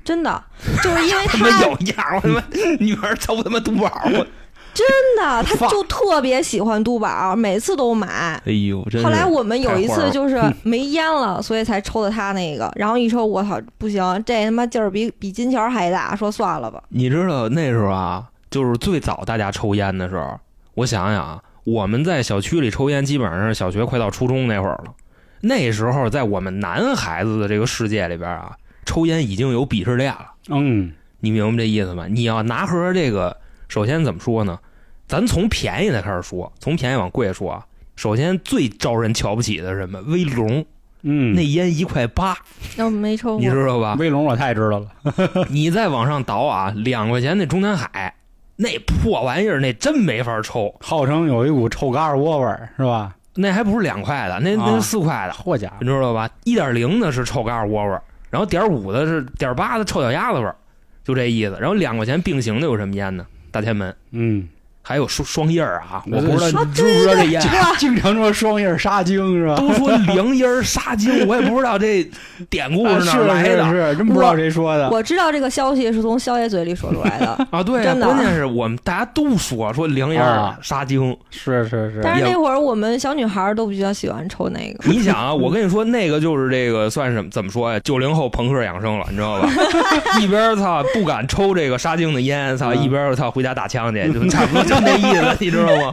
[SPEAKER 3] 真的，就是因为
[SPEAKER 2] 他
[SPEAKER 3] 他
[SPEAKER 2] 妈有样儿，我他妈女儿抽他妈都玩，我
[SPEAKER 3] 真的，他
[SPEAKER 1] 放
[SPEAKER 3] 就特别喜欢杜宝，每次都买。
[SPEAKER 2] 哎呦，真是
[SPEAKER 3] 后来我们有一
[SPEAKER 2] 太花
[SPEAKER 3] 次
[SPEAKER 2] 了
[SPEAKER 3] 就是没烟了，所以才抽的他那个，然后一抽我操不行，这他妈劲儿比比金条还大，说算了吧。
[SPEAKER 2] 你知道那时候啊，就是最早大家抽烟的时候，我想想啊，我们在小区里抽烟，基本上是小学快到初中那会儿了。那时候在我们男孩子的这个世界里边啊，抽烟已经有鄙视链了。
[SPEAKER 1] 嗯，
[SPEAKER 2] 你明白这意思吗？你要拿盒这个，首先怎么说呢？咱从便宜的开始说，从便宜往贵说啊。首先最招人瞧不起的是什么？威龙
[SPEAKER 1] 嗯，
[SPEAKER 2] 那烟一块八，
[SPEAKER 3] 那没抽过
[SPEAKER 2] 你，知道吧？
[SPEAKER 1] 威龙我太知道了，
[SPEAKER 2] 你再往上倒啊，两块钱那中南海那破玩意儿，那真没法抽，
[SPEAKER 1] 号称有一股臭嘎儿窝味儿，是吧？
[SPEAKER 2] 那还不是两块的，那那
[SPEAKER 1] 啊
[SPEAKER 2] 是四块的，
[SPEAKER 1] 好家伙
[SPEAKER 2] 你，知道吧？一点零的是臭嘎窝味儿，然后点五的是点八的臭脚丫子味儿，就这意思。然后两块钱并行的有什么烟呢？大前门
[SPEAKER 1] 嗯，
[SPEAKER 2] 还有双双叶儿啊，我不知道
[SPEAKER 3] 啊
[SPEAKER 2] 你知不知道这烟。
[SPEAKER 1] 经常说双叶杀精是吧？
[SPEAKER 2] 都说凉烟儿 杀精，我也不知道这典故是哪儿来的
[SPEAKER 1] 啊是是是，真不知道谁说的。
[SPEAKER 3] 我知道这个消息是从肖爷嘴里说出 来的，
[SPEAKER 2] 啊。对啊，
[SPEAKER 3] 真的啊
[SPEAKER 2] 关键是我们大家都说说凉烟儿
[SPEAKER 1] 啊
[SPEAKER 2] 杀精，
[SPEAKER 1] 是是是，
[SPEAKER 3] 但是
[SPEAKER 2] 也
[SPEAKER 3] 那会儿我们小女孩儿都比较喜欢抽那个。
[SPEAKER 2] 你想啊，我跟你说，那个就是这个算什么？怎么说呀？九零后朋克养生了，你知道吧？一边儿操不敢抽这个杀精的烟，操
[SPEAKER 1] 嗯
[SPEAKER 2] 一边儿操回家打枪去，就差不多就那意思，你知道吗？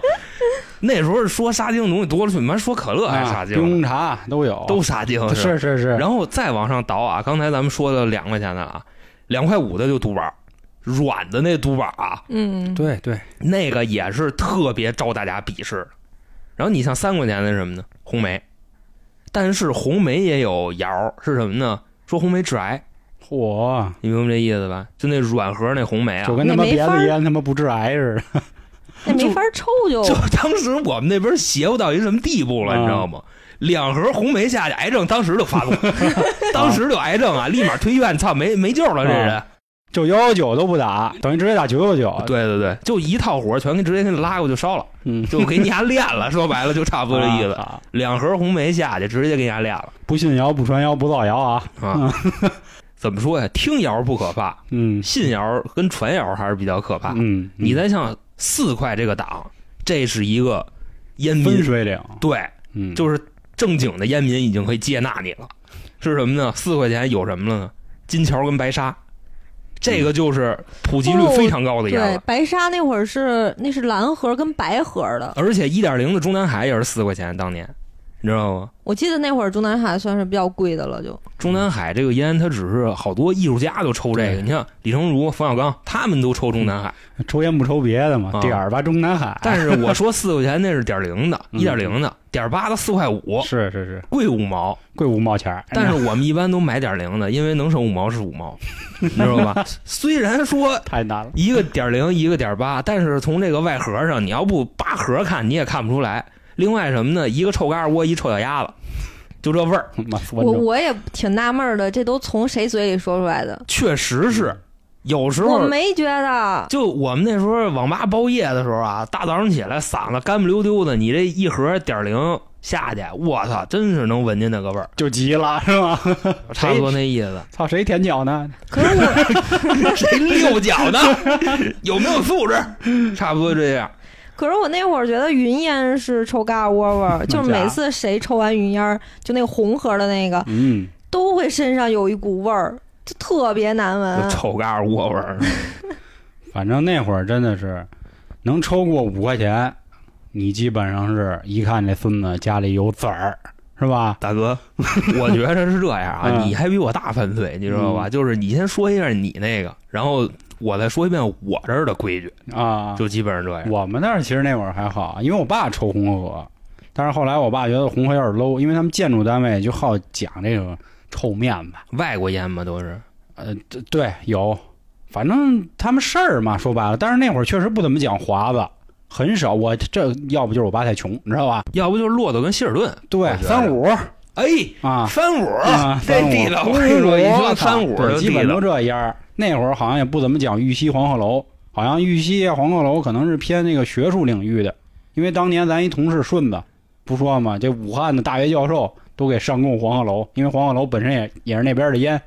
[SPEAKER 2] 那时候说杀精的东西多了去，你妈说可乐还
[SPEAKER 1] 啊
[SPEAKER 2] 杀
[SPEAKER 1] 冰
[SPEAKER 2] 哎精，
[SPEAKER 1] 红茶都有，
[SPEAKER 2] 都杀精吧
[SPEAKER 1] 是是是，
[SPEAKER 2] 然后再往上倒啊，刚才咱们说的两块钱的啊，两块五的就杜宝，软的那杜宝啊，
[SPEAKER 3] 嗯，
[SPEAKER 1] 对对，
[SPEAKER 2] 那个也是特别招大家鄙视。然后你像三块钱的是什么呢？红梅，但是红梅也有谣儿，是什么呢？说红梅致癌，
[SPEAKER 1] 嚯，
[SPEAKER 2] 你明白这意思吧？就那软盒那红梅啊
[SPEAKER 1] 就，跟他妈别的烟他妈不致癌似的。
[SPEAKER 3] 那没法抽 就
[SPEAKER 2] 就当时我们那边邪乎到一什么地步了，
[SPEAKER 1] 啊
[SPEAKER 2] 你知道吗？两盒红梅下去，癌症当时就 发作，当时就癌症啊，立马推院，操，没没救了，这人。
[SPEAKER 1] 啊就幺幺九都不打，等于直接打九九九。
[SPEAKER 2] 对对对，就一套活，全给直接给你拉过去烧了，
[SPEAKER 1] 嗯，
[SPEAKER 2] 就给你家练了。说白了，就差不多这意思。
[SPEAKER 1] 啊，
[SPEAKER 2] 两盒红梅下去，直接给你家练了。
[SPEAKER 1] 不信谣，不传谣，不造谣啊。
[SPEAKER 2] 啊，怎么说呀？听谣不可怕，
[SPEAKER 1] 嗯
[SPEAKER 2] 信谣跟传谣还是比较可怕。
[SPEAKER 1] 嗯，
[SPEAKER 2] 啊你再像四块这个党，这是一个烟
[SPEAKER 1] 分
[SPEAKER 2] 民，
[SPEAKER 1] 水岭，
[SPEAKER 2] 对，
[SPEAKER 1] 嗯，
[SPEAKER 2] 就是正经的烟民已经可以接纳你了。是什么呢？四块钱有什么了呢？金条跟白沙，这个就是普及率非常高的烟
[SPEAKER 3] 对
[SPEAKER 2] 了。
[SPEAKER 3] 白沙那会儿是那是蓝盒跟白盒的，
[SPEAKER 2] 而且一点零的中南海也是四块钱，当年你知道吗？
[SPEAKER 3] 我记得那会儿中南海算是比较贵的了就。
[SPEAKER 2] 中南海这个烟，它只是好多艺术家都抽这个。
[SPEAKER 1] 对
[SPEAKER 2] 你像李成儒、冯小刚，他们都抽中南海。
[SPEAKER 1] 嗯抽烟不抽别的嘛
[SPEAKER 2] 啊，
[SPEAKER 1] 点儿吧中南海。
[SPEAKER 2] 但是我说四块钱那是点儿零的，
[SPEAKER 1] 嗯
[SPEAKER 2] 一点零的，点儿八的四块五，
[SPEAKER 1] 是是是，
[SPEAKER 2] 贵五毛。
[SPEAKER 1] 贵五毛钱儿。哎
[SPEAKER 2] 但是我们一般都买点儿零的，因为能省五毛是五毛，你知道 吧？虽然说
[SPEAKER 1] 太难了。
[SPEAKER 2] 一个点儿零一个点儿八，但是从这个外盒上，你要不扒盒看你也看不出来。另外什么呢？一个臭嘎窝，一臭脚丫子，就这味儿，
[SPEAKER 1] 妈死
[SPEAKER 3] 我我也挺纳闷儿的，这都从谁嘴里说出来的？
[SPEAKER 2] 确实是有时
[SPEAKER 3] 我
[SPEAKER 2] 候。
[SPEAKER 3] 没觉 得，
[SPEAKER 2] 就我们那时候网吧包夜的时候啊，大早上起来嗓子干不溜丢的，你这一盒点儿零下去，我操，真是能闻见那个味儿。
[SPEAKER 1] 就急了是吧？
[SPEAKER 2] 差不多那意思。
[SPEAKER 1] 操，谁舔脚呢？
[SPEAKER 3] 可是我
[SPEAKER 2] 谁六脚 呢？有没有素质？差不多这样。
[SPEAKER 3] 可是我那会儿觉得云烟是抽嘎窝窝儿，就是每次谁抽完云烟儿，就那个红盒的那个，
[SPEAKER 1] 嗯，
[SPEAKER 3] 都会身上有一股味儿，就特别难闻。
[SPEAKER 2] 臭嘎儿窝味儿，
[SPEAKER 1] 反正那会儿真的是能抽过五块钱，你基本上是一看这孙子家里有子儿，是吧？
[SPEAKER 2] 大 哥，我觉着是这样啊，
[SPEAKER 1] 嗯
[SPEAKER 2] 你还比我大犯罪，你知道吧？就是你先说一下你那个，然后我再说一遍我这儿的规矩，
[SPEAKER 1] 啊，
[SPEAKER 2] 就基本上这样。
[SPEAKER 1] 我们那儿其实那会儿还好，因为我爸抽红河，但是后来我爸觉得红河有点 low，因为他们建筑单位就好讲这个臭面子。
[SPEAKER 2] 外国烟嘛都是，
[SPEAKER 1] 呃，对对，有，反正他们事儿嘛，说白了。但是那会儿确实不怎么讲华子，很少。我这要不就是我爸太穷，你知道吧？
[SPEAKER 2] 要不就是骆驼跟希尔顿。
[SPEAKER 1] 对
[SPEAKER 2] 我觉，得
[SPEAKER 1] 三五
[SPEAKER 2] 哎，
[SPEAKER 1] 啊，
[SPEAKER 2] 翻五
[SPEAKER 1] 啊，
[SPEAKER 2] 这
[SPEAKER 1] 三五
[SPEAKER 2] 地道，我
[SPEAKER 1] 公
[SPEAKER 2] 跟你
[SPEAKER 1] 主
[SPEAKER 2] 说，一说
[SPEAKER 1] 我操
[SPEAKER 2] 翻五
[SPEAKER 1] 对
[SPEAKER 2] 就
[SPEAKER 1] 基
[SPEAKER 2] 地
[SPEAKER 1] 本都
[SPEAKER 2] 道。
[SPEAKER 1] 这样儿。那会儿好像也不怎么讲玉溪黄鹤楼，好像玉溪啊黄鹤楼可能是偏那个学术领域的，因为当年咱一同事顺子不说嘛，这武汉的大学教授都给上供黄鹤楼，因为黄鹤楼本身也也是那边的烟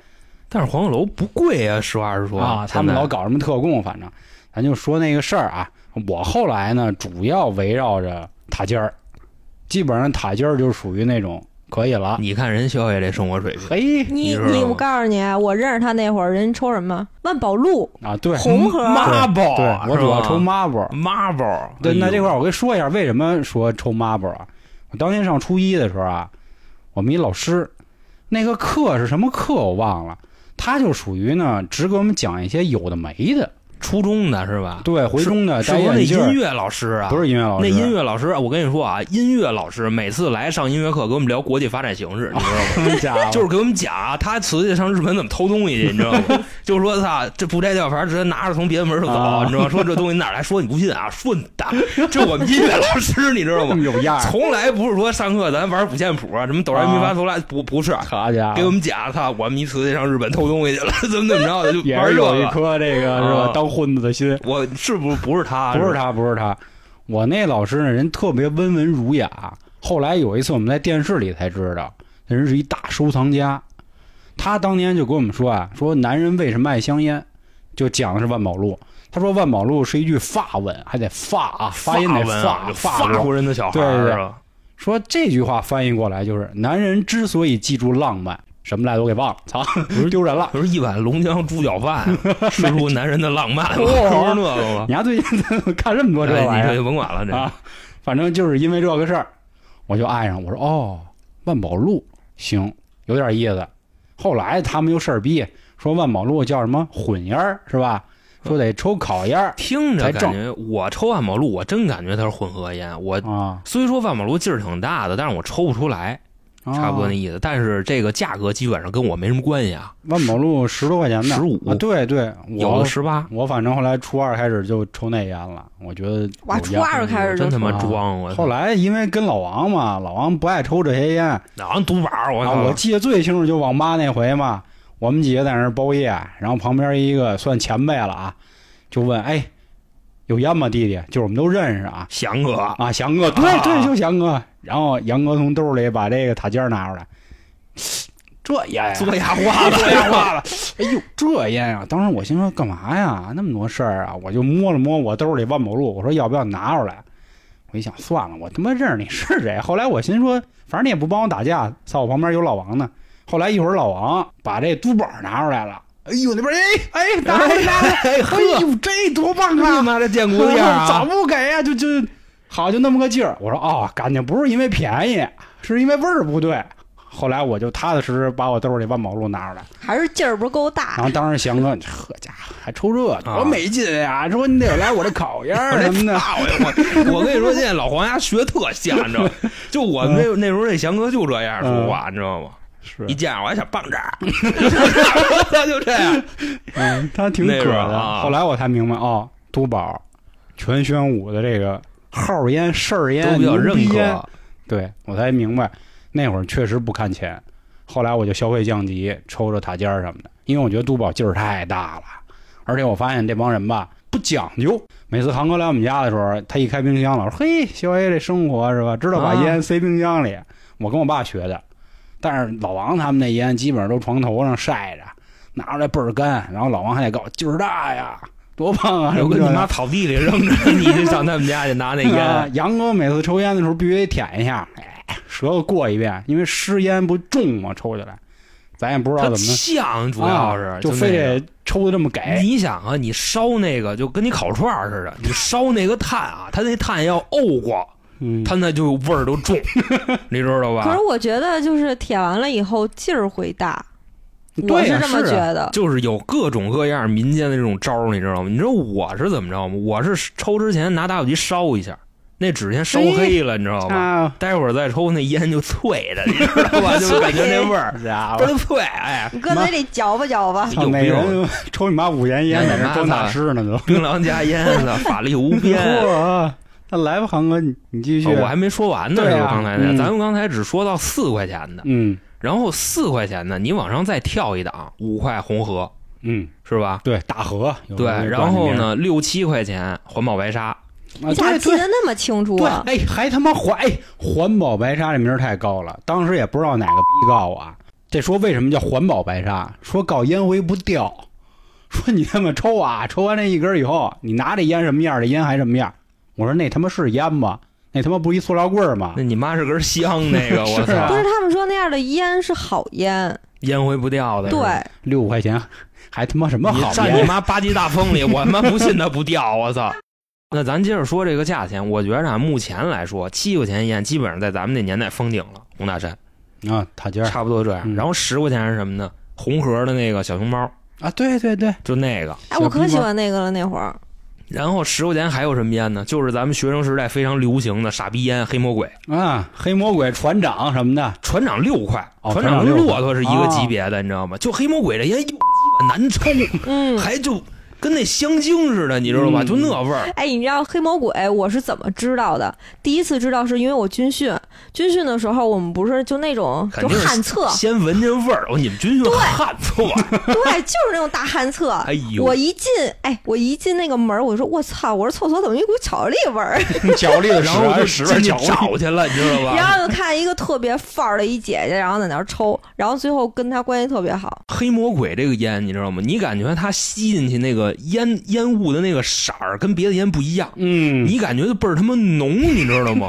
[SPEAKER 2] 但是黄鹤楼不贵啊，实话实说
[SPEAKER 1] 啊，他们
[SPEAKER 2] 现在
[SPEAKER 1] 老搞什么特供，反正。咱就说那个事儿啊，我后来呢主要围绕着塔尖儿，基本上塔尖儿就属于那种可以了，哎
[SPEAKER 2] 你看人肖爷这生活水平，
[SPEAKER 1] 嘿
[SPEAKER 3] 你
[SPEAKER 2] 你知道
[SPEAKER 3] 你，
[SPEAKER 2] 吗
[SPEAKER 3] 我告诉你，我认识他那会儿，人抽什么万宝路、
[SPEAKER 1] 啊，对，
[SPEAKER 3] 红盒，
[SPEAKER 2] marble，
[SPEAKER 1] 对我主要抽
[SPEAKER 2] 哎
[SPEAKER 1] marble。
[SPEAKER 2] marble，
[SPEAKER 1] 对，那这块
[SPEAKER 2] 儿
[SPEAKER 1] 儿我跟你说一下，为什么说抽 marble 啊？我当年上初一的时候啊，我们一老师，那个课是什么课我忘了，他就属于呢，只给我们讲一些有的没的。
[SPEAKER 2] 初中的是吧？
[SPEAKER 1] 对，回中的
[SPEAKER 2] 是
[SPEAKER 1] 呃戴
[SPEAKER 2] 我那
[SPEAKER 1] 眼镜儿
[SPEAKER 2] 音乐老师啊，
[SPEAKER 1] 不是音乐老师，
[SPEAKER 2] 那音乐老师，我跟你说啊，音乐老师每次来上音乐课，给我们聊国际发展形势，你知 道吗？
[SPEAKER 1] 乐哦家伙
[SPEAKER 2] 就是给我们讲啊，他辞去上日本怎么偷东西去，你知道吗？ 就是说他这不摘吊牌，直接拿着从别人门就走，
[SPEAKER 1] 啊
[SPEAKER 2] 你知道吗？说这东西哪儿来？说你不信啊，顺的，这我们音乐老师，你知道
[SPEAKER 1] 这
[SPEAKER 2] 吗？
[SPEAKER 1] 么有样儿，
[SPEAKER 2] 从来不是说上课咱玩五线谱啊，什么哆来咪发嗦拉，不不是，
[SPEAKER 1] 好家伙，
[SPEAKER 2] 给我们讲，啊操，我们一辞去上日本偷东西去了， 怎么怎么着的，就
[SPEAKER 1] 也
[SPEAKER 2] 玩
[SPEAKER 1] 是
[SPEAKER 2] 这
[SPEAKER 1] 有一
[SPEAKER 2] 个。
[SPEAKER 1] 颗这个是吧
[SPEAKER 2] 啊，
[SPEAKER 1] 当混子的心。
[SPEAKER 2] 我是不是不是他？
[SPEAKER 1] 不是，他，不是他，我那老师呢，人特别温文儒雅。后来有一次我们在电视里才知道，那人是一大收藏家。他当年就跟我们说啊，说男人为什么爱香烟，就讲的是万宝路。他说万宝路是一句法文，还得发啊，发音得
[SPEAKER 2] 文啊
[SPEAKER 1] 发，
[SPEAKER 2] 就
[SPEAKER 1] 法
[SPEAKER 2] 法
[SPEAKER 1] 国。
[SPEAKER 2] 国人的小孩
[SPEAKER 1] 对对
[SPEAKER 2] 儿
[SPEAKER 1] 对
[SPEAKER 2] 是吧？
[SPEAKER 1] 说这句话翻译过来就是，男人之所以记住浪漫，什么来都给忘了，操， 丢人了。
[SPEAKER 2] 就是一碗龙江猪脚饭， 吃出男人的浪漫， 不是 那个吗？
[SPEAKER 1] 你还最近看这么多这玩意
[SPEAKER 2] 哎
[SPEAKER 1] 儿
[SPEAKER 2] 你这，就甭管了，这
[SPEAKER 1] 啊，反正就是因为这个事儿，我就爱上。我说哦，万宝路行，有点意思。后来他们又事儿逼，说万宝路叫什么混烟儿是吧？说得抽烤烟儿
[SPEAKER 2] 听着
[SPEAKER 1] 才
[SPEAKER 2] 感觉我抽万宝路，我真感觉它是混合烟。我
[SPEAKER 1] 啊，
[SPEAKER 2] 虽说万宝路劲儿挺大的，但是我抽不出来，
[SPEAKER 1] 啊
[SPEAKER 2] 差不多那意思。但是这个价格基本上跟我没什么关系啊，
[SPEAKER 1] 万宝路十多块钱的，
[SPEAKER 2] 15
[SPEAKER 1] 啊，对对，
[SPEAKER 2] 有
[SPEAKER 1] 我
[SPEAKER 2] 的十八。
[SPEAKER 1] 我反正后来初二开始就抽那烟了，我觉得
[SPEAKER 3] 哇，
[SPEAKER 1] 有
[SPEAKER 3] 初
[SPEAKER 1] 烟
[SPEAKER 3] 二开始
[SPEAKER 2] 真他
[SPEAKER 3] 就
[SPEAKER 2] 妈
[SPEAKER 1] 抽
[SPEAKER 2] 装我！
[SPEAKER 1] 后来因为跟老王嘛，老王不爱抽这些烟，
[SPEAKER 2] 哪能独板儿？我
[SPEAKER 1] 啊，我
[SPEAKER 2] 操！
[SPEAKER 1] 记得最清楚就网吧那回嘛，我们几个在那儿包夜，然后旁边一个算前辈了啊，就问：“哎，有烟吗，弟弟？”就是我们都认识啊
[SPEAKER 2] 翔哥，
[SPEAKER 1] 啊，翔哥，对
[SPEAKER 2] 啊
[SPEAKER 1] 对，就翔哥。然后杨哥从兜里把这个塔尖儿拿出来， 这烟 呀、
[SPEAKER 2] 做牙 花
[SPEAKER 1] 这
[SPEAKER 2] 了，
[SPEAKER 1] 烟化了，哎呦，这烟啊！当时我心说干嘛呀，那么多事儿啊！我就摸了摸我兜里万宝路，我说要不要拿出来？我一想，算了，我他妈认识你是谁。后来我心说，反正你也不帮我打架，操，我旁边有老王呢。后来一会儿老王把这嘟宝拿出来了，哎呦，那边哎哎，拿出来拿出来，
[SPEAKER 2] 哎
[SPEAKER 1] 哎呦，这多棒
[SPEAKER 2] 他
[SPEAKER 1] 啊！
[SPEAKER 2] 妈的建国
[SPEAKER 1] 我
[SPEAKER 2] 样
[SPEAKER 1] 咋
[SPEAKER 2] 啊！。
[SPEAKER 1] 不给呀、就就好，就那么个劲儿。我说哦，感情不是因为便宜，是因为味儿不对。后来我就踏踏实实把我兜里万宝路拿出来。
[SPEAKER 3] 还是劲儿不够
[SPEAKER 1] 然
[SPEAKER 3] 大。
[SPEAKER 1] 后当时翔哥，呵家伙还抽这个，多没劲呀、说你得来我这烤烟儿什么的
[SPEAKER 2] 啊！我我我跟你说，现在老黄家学特像，你知道吗？就我们那那时候这翔哥就这样说话，你知道吗？
[SPEAKER 1] 嗯是
[SPEAKER 2] 一见我还想棒 这儿，他就这样。
[SPEAKER 1] 嗯，他挺
[SPEAKER 2] 那
[SPEAKER 1] 可
[SPEAKER 2] 时候
[SPEAKER 1] 的。
[SPEAKER 2] 啊
[SPEAKER 1] 后来我才明白，哦，都宝、全宣武的这个号烟、事儿烟、
[SPEAKER 2] 都比较
[SPEAKER 1] 牛逼啊
[SPEAKER 2] 认
[SPEAKER 1] 烟
[SPEAKER 2] 可。啊
[SPEAKER 1] 对我才明白，那会儿确实不看钱。后来我就消费降级，抽着塔尖儿什么的，因为我觉得都宝劲儿太大了，而且我发现这帮人吧不讲究。每次航哥来我们家的时候，他一开冰箱，老说：“嘿，小 A 这生活是吧？知道把
[SPEAKER 2] 啊
[SPEAKER 1] 烟塞冰箱里。我跟我爸学的，但是老王他们那烟基本上都床头上晒着，拿出来倍儿干，然后老王还得告劲儿大呀，多棒啊！
[SPEAKER 2] 我
[SPEAKER 1] 什么
[SPEAKER 2] 跟
[SPEAKER 1] 这
[SPEAKER 2] 你
[SPEAKER 1] 那
[SPEAKER 2] 妈草地里扔着，你就上他们家去拿那
[SPEAKER 1] 啊
[SPEAKER 2] 烟。
[SPEAKER 1] 杨哥每次抽烟的时候必须得舔一下，哎舌头过一遍，因为湿烟不重嘛，抽起来，咱也不知道
[SPEAKER 2] 它
[SPEAKER 1] 怎么弄，
[SPEAKER 2] 呛，主要是、
[SPEAKER 1] 啊就
[SPEAKER 2] 就
[SPEAKER 1] 非
[SPEAKER 2] 那个
[SPEAKER 1] 得哎抽的这么给。
[SPEAKER 2] 你想啊，你烧那个就跟你烤串儿似的，你烧那个炭啊，它那炭要沤过，
[SPEAKER 1] 嗯，
[SPEAKER 2] 它那就味儿都 重，你知道
[SPEAKER 3] 可
[SPEAKER 2] 吧
[SPEAKER 3] 是？我觉得就是舔完了以后劲儿会大，我
[SPEAKER 1] 对呀
[SPEAKER 3] 这么觉
[SPEAKER 1] 是啊
[SPEAKER 3] 得。
[SPEAKER 2] 就是有各种各样民间的这种招儿，你知道吗？你知道我是怎么着吗？我是抽之前拿打火机烧一下，那纸先烧黑了，你知道吗？
[SPEAKER 1] 啊，
[SPEAKER 2] 待会儿再抽，那烟就脆的，你知道 吧？就是感觉那味儿
[SPEAKER 1] 好家
[SPEAKER 2] 倍
[SPEAKER 1] 伙，
[SPEAKER 2] 儿脆，哎，
[SPEAKER 3] 你搁嘴里嚼吧嚼吧，
[SPEAKER 1] 操，
[SPEAKER 2] 有
[SPEAKER 1] 每
[SPEAKER 2] 病！
[SPEAKER 1] 人抽你妈五烟烟，在那装大师呢 都。
[SPEAKER 2] 槟榔加烟的，法力无 边。
[SPEAKER 1] 嚯，
[SPEAKER 2] 哦
[SPEAKER 1] 那来吧，航哥，你你继续。
[SPEAKER 2] 我还没说完呢，
[SPEAKER 1] 对
[SPEAKER 2] 是
[SPEAKER 1] 啊
[SPEAKER 2] 刚才那，
[SPEAKER 1] 嗯
[SPEAKER 2] 咱们刚才只说到四块钱的，
[SPEAKER 1] 嗯
[SPEAKER 2] 然后四块钱的，你往上再跳一档，五块红河
[SPEAKER 1] 嗯，
[SPEAKER 2] 是吧？
[SPEAKER 1] 对，大河有
[SPEAKER 2] 对，
[SPEAKER 1] 人
[SPEAKER 2] 然后
[SPEAKER 1] 管着
[SPEAKER 2] 呢，六七块钱环保白沙，
[SPEAKER 1] 别人？
[SPEAKER 3] 你咋
[SPEAKER 1] 啊，对
[SPEAKER 3] 记
[SPEAKER 1] 对
[SPEAKER 3] 得那么清楚
[SPEAKER 1] 对，
[SPEAKER 3] 啊？
[SPEAKER 1] 哎，还他妈环哎，环保白沙这名儿太高了，当时也不知道哪个逼告我啊。这说为什么叫环保白沙？说告烟灰不掉，说你他妈抽啊，抽完这一根以后，你拿这烟什么样，这烟还什么样。我说那他妈是烟吗？那他妈不一塑料棍儿吗
[SPEAKER 2] 那？你妈是根香，那 个我
[SPEAKER 1] 是啊
[SPEAKER 2] 操
[SPEAKER 3] 不，是他们说那样的烟是好烟，
[SPEAKER 2] 烟灰不掉的。
[SPEAKER 3] 对，，
[SPEAKER 1] 六块钱还他妈什么好
[SPEAKER 2] 你站你
[SPEAKER 1] 烟？
[SPEAKER 2] 妈八级大风里，我他妈不信它不掉，我操！ 那咱接着说这个价钱，我觉着啊，目前来说，七块钱一烟基本上在咱们那年代封顶了，红大山
[SPEAKER 1] 啊，塔尖儿
[SPEAKER 2] 差不多这样。
[SPEAKER 1] 嗯
[SPEAKER 2] 然后十块钱是什么呢？红盒的那个小熊猫，
[SPEAKER 1] 啊，对对对，
[SPEAKER 2] 就那个。
[SPEAKER 3] 哎，
[SPEAKER 1] 小
[SPEAKER 3] 我可
[SPEAKER 1] 逼
[SPEAKER 3] 喜
[SPEAKER 1] 吗
[SPEAKER 3] 欢那个了，那会儿
[SPEAKER 2] 然后十块钱还有什么烟呢？就是咱们学生时代非常流行的傻逼烟、黑魔鬼。
[SPEAKER 1] 啊，黑魔鬼船长什么 的，
[SPEAKER 2] 船长六块，哦
[SPEAKER 1] 哦
[SPEAKER 2] 船长跟骆驼是一个
[SPEAKER 1] 船长六块
[SPEAKER 2] 级别的，你知道吗？就黑魔鬼这烟又鸡巴难抽，
[SPEAKER 3] 嗯，
[SPEAKER 2] 还就跟那香精似的，你知道吗？
[SPEAKER 1] 嗯
[SPEAKER 2] 就那味儿。
[SPEAKER 3] 哎，你知道黑魔鬼我是怎么知道的？第一次知道是因为我军训，军训的时候我们不是就那种
[SPEAKER 2] 肯
[SPEAKER 3] 就
[SPEAKER 2] 定是，
[SPEAKER 3] 旱厕
[SPEAKER 2] 先闻这味儿，哦，你们军训旱厕，
[SPEAKER 3] 对，就是那种大旱厕。
[SPEAKER 2] 啊哎呦，
[SPEAKER 3] 我一进，哎，我一进那个门儿，我说我操，我说厕所怎么有一股巧克力味
[SPEAKER 2] 啊
[SPEAKER 3] 儿？
[SPEAKER 1] 脚力的
[SPEAKER 2] 然后就
[SPEAKER 1] 十
[SPEAKER 2] 进
[SPEAKER 1] 块
[SPEAKER 2] 去
[SPEAKER 1] 巧克力，
[SPEAKER 2] 找去了，你知道
[SPEAKER 3] 然
[SPEAKER 2] 吧？
[SPEAKER 3] 后就看一个特别范儿的一姐姐，然后在那儿抽，然后最后跟她关系特别好。
[SPEAKER 2] 黑魔鬼这个烟，你知道吗？你感觉它吸进去那个烟烟雾的那个色儿跟别的烟不一样，
[SPEAKER 1] 嗯，
[SPEAKER 2] 你感觉就倍儿他妈浓，你知道吗？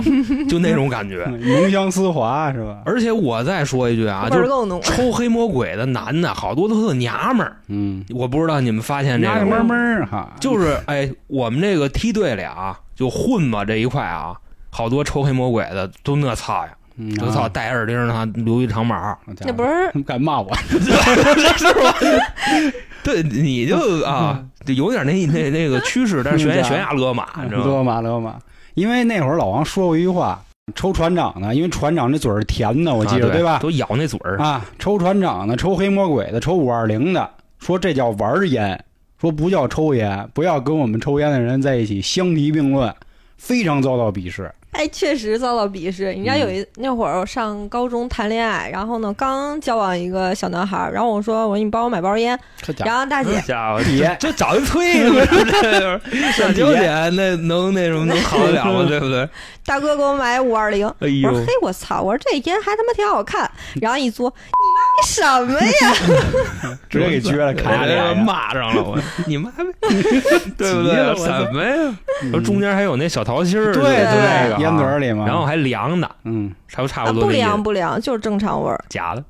[SPEAKER 2] 就那种感觉。
[SPEAKER 1] 浓香丝滑是吧？
[SPEAKER 2] 而且我再说一句啊，
[SPEAKER 3] 味
[SPEAKER 2] 就
[SPEAKER 3] 儿
[SPEAKER 2] 是
[SPEAKER 3] 更浓，
[SPEAKER 2] 抽黑魔鬼的男的，好多都特娘们儿。
[SPEAKER 1] 嗯，
[SPEAKER 2] 我不知道你们发现这
[SPEAKER 1] 那
[SPEAKER 2] 个
[SPEAKER 1] 个
[SPEAKER 2] 没有
[SPEAKER 1] 闷闷儿哈，
[SPEAKER 2] 就是哎，我们这个梯队里啊，就混吧这一块啊，好多抽黑魔鬼的都那操呀，
[SPEAKER 1] 嗯
[SPEAKER 2] 都操，戴耳钉儿呢，留一长毛儿，
[SPEAKER 1] 好家伙
[SPEAKER 3] 那不是
[SPEAKER 1] 他们敢骂我？
[SPEAKER 2] 是吧？对，你就啊，就有点那那那个趋势，但是悬崖
[SPEAKER 1] 嗯
[SPEAKER 2] 悬崖勒马， 你知道吗？
[SPEAKER 1] 勒马勒马，因为那会儿老王说过一句话，抽船长呢，因为船长那嘴儿是甜的，我记
[SPEAKER 2] 啊
[SPEAKER 1] 着、
[SPEAKER 2] 对
[SPEAKER 1] 吧？
[SPEAKER 2] 都咬那嘴儿，
[SPEAKER 1] 啊，抽船长的，抽黑魔鬼的，抽五二零的，说这叫玩儿烟，说不叫抽烟，不要跟我们抽烟的人在一起相提并论，非常遭到鄙视。
[SPEAKER 3] 哎，确实遭到鄙视。你知道有
[SPEAKER 2] 嗯
[SPEAKER 3] 一、那会儿我上高中谈恋爱，然后呢刚交往一个小男孩儿，然后我说我说你帮我买包烟，
[SPEAKER 1] 这家伙
[SPEAKER 3] 然后大姐
[SPEAKER 2] 好家伙，
[SPEAKER 1] 别
[SPEAKER 2] 哎这找一催， 上九点那能那什么能好得 了吗？对不对？
[SPEAKER 3] 大哥给我买五二零，
[SPEAKER 2] 哎
[SPEAKER 3] 我
[SPEAKER 2] 呦嗯
[SPEAKER 3] 说，嘿我操，我说这烟还他妈挺好看，然后一嘬，你妈什么呀？
[SPEAKER 1] 直接给撅了，咔
[SPEAKER 2] 这
[SPEAKER 1] 脸。
[SPEAKER 2] 骂上了我，你妈呗， 对不
[SPEAKER 1] 急了
[SPEAKER 2] 对？
[SPEAKER 1] 我
[SPEAKER 2] 什么呀？
[SPEAKER 1] 嗯
[SPEAKER 2] 说中间还有那小桃心儿，
[SPEAKER 1] 对
[SPEAKER 2] 就那个
[SPEAKER 1] 对
[SPEAKER 2] 啊
[SPEAKER 1] 烟嘴儿，里嘛，
[SPEAKER 2] 然后还凉的，
[SPEAKER 1] 嗯，
[SPEAKER 2] 差不差
[SPEAKER 3] 啊，
[SPEAKER 2] 不多
[SPEAKER 3] 不
[SPEAKER 2] 那意思
[SPEAKER 3] 凉不凉，就是正常味儿。
[SPEAKER 2] 假的，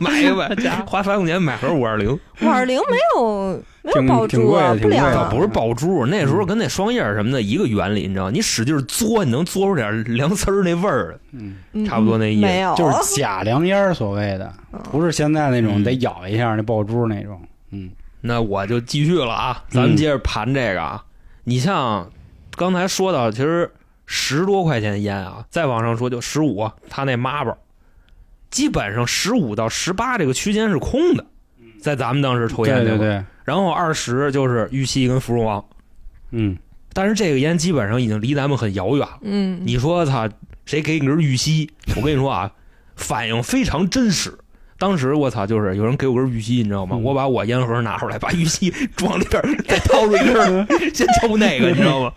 [SPEAKER 2] 买一个吧，假花三块钱买盒五二零，
[SPEAKER 3] 五二零没有没有
[SPEAKER 1] 挺
[SPEAKER 3] 爆
[SPEAKER 1] 挺
[SPEAKER 3] 珠啊，
[SPEAKER 1] 贵的
[SPEAKER 3] 不
[SPEAKER 1] 挺
[SPEAKER 3] 凉
[SPEAKER 1] 贵的
[SPEAKER 2] 倒
[SPEAKER 3] 啊
[SPEAKER 2] 不。是爆珠，那时候跟那双叶儿什么的一个原理，你知道吗？你使劲嘬，你能嘬出点凉丝儿那味儿，
[SPEAKER 1] 嗯，
[SPEAKER 3] 嗯
[SPEAKER 2] 差不多那意思
[SPEAKER 3] 没有，
[SPEAKER 1] 就是假凉烟儿，所谓的，不是现在那种
[SPEAKER 2] 嗯
[SPEAKER 1] 得咬一下那爆珠那种。嗯，
[SPEAKER 2] 那我就继续了啊，咱们接着盘这个啊。你像刚才说到，其实十多块钱烟啊，再往上说就十五，他那妈宝，基本上十五到十八这个区间是空的，在咱们当时抽
[SPEAKER 1] 对
[SPEAKER 2] 烟那会
[SPEAKER 1] 对
[SPEAKER 2] 儿
[SPEAKER 1] 对，
[SPEAKER 2] 然后二十就是玉溪跟芙蓉王，
[SPEAKER 1] 嗯，
[SPEAKER 2] 但是这个烟基本上已经离咱们很遥远了。
[SPEAKER 3] 嗯，
[SPEAKER 2] 你说操，谁给你根玉溪？我跟你说 啊，反应非常真实。当时我操，就是有人给我根玉溪，你知道吗？
[SPEAKER 1] 嗯
[SPEAKER 2] 我把我烟盒拿出来，把玉溪装里边 儿，再掏出一根儿，先抽那个，你知道吗？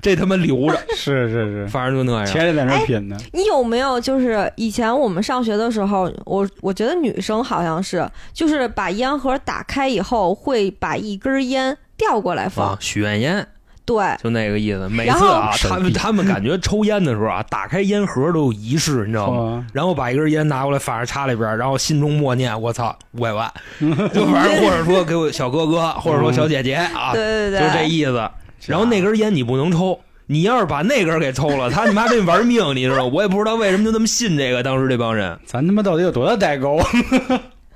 [SPEAKER 2] 这他妈留 着，
[SPEAKER 1] 是是是，
[SPEAKER 2] 反正就那样。啊
[SPEAKER 1] 前天在那儿品
[SPEAKER 2] 哎
[SPEAKER 1] 呢。
[SPEAKER 3] 你有没有就是以前我们上学的时候，我我觉得女生好像是，就是把烟盒打开以后，会把一根烟调过来放，
[SPEAKER 2] 啊，许愿烟
[SPEAKER 3] 对。
[SPEAKER 2] 就那个意思。每
[SPEAKER 3] 然
[SPEAKER 2] 次
[SPEAKER 3] 后
[SPEAKER 2] 啊，他们他们感觉抽烟的时候啊，打开烟盒都有仪式，你知道吗？
[SPEAKER 1] 哦
[SPEAKER 2] 然后把一根烟拿过来，反而插里边儿，然后心中默念：“我操，五百 万！”就反正或者说给我小哥哥，或者说小姐姐啊，
[SPEAKER 3] 对对
[SPEAKER 2] 就
[SPEAKER 3] 对，
[SPEAKER 2] 这意思。然后那根烟你不能抽，你要是把那根给抽了，他你妈跟你玩命，你知道吗？我也不知道为什么就那么信这个，当时这帮人
[SPEAKER 1] 咱他妈到底有多大代沟？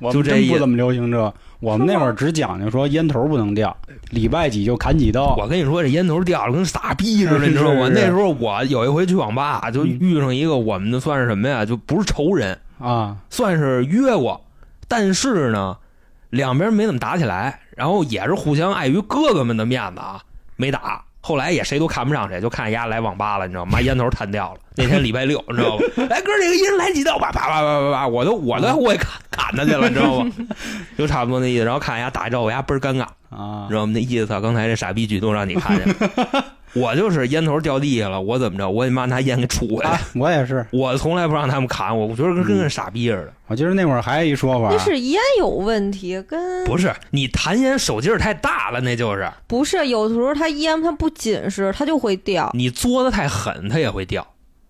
[SPEAKER 1] 我
[SPEAKER 2] 就
[SPEAKER 1] 们
[SPEAKER 2] 这
[SPEAKER 1] 真
[SPEAKER 2] 意
[SPEAKER 1] 不
[SPEAKER 2] 思
[SPEAKER 1] 怎么流行这，我们那会儿只讲究说烟头不能掉，礼拜几就砍几刀。
[SPEAKER 2] 我跟你说，这烟头掉了跟傻逼似的，你知道吗？
[SPEAKER 1] 是是是
[SPEAKER 2] 那时候我有一回去网吧，就遇上一个我们的算是什么呀？就不是仇人，
[SPEAKER 1] 啊，
[SPEAKER 2] 算是约过，但是呢，两边没怎么打起来，然后也是互相碍于哥哥们的面子啊，没打。后来也谁都看不上谁，就看丫来网吧了，你知道吗？妈烟头弹掉了， 那天礼拜六，你知 道吗？哎，哥儿几个一人来几道吧，啪啪啪啪啪，我
[SPEAKER 1] 嗯
[SPEAKER 2] 都我都我也砍砍他去了，你 知道吗？就差不多那意思。然后看丫打一招呼，丫倍儿尴尬，
[SPEAKER 1] 啊
[SPEAKER 2] 你知，道吗？那意思啊，刚才这傻逼举动让你看见了，我就是烟头掉地下了，我怎么着，我得妈拿烟给杵回来。
[SPEAKER 1] 啊，我也是，
[SPEAKER 2] 我从来不让他们砍我，我觉得跟跟
[SPEAKER 1] 嗯
[SPEAKER 2] 个傻逼似的。
[SPEAKER 1] 我记得那会儿还有一说法
[SPEAKER 3] 那，是烟有问题，跟
[SPEAKER 2] 不是你弹烟手劲儿太大了，那就是
[SPEAKER 3] 不是有的时候它烟它不紧实，它就会掉。
[SPEAKER 2] 你作的太狠，它也会掉，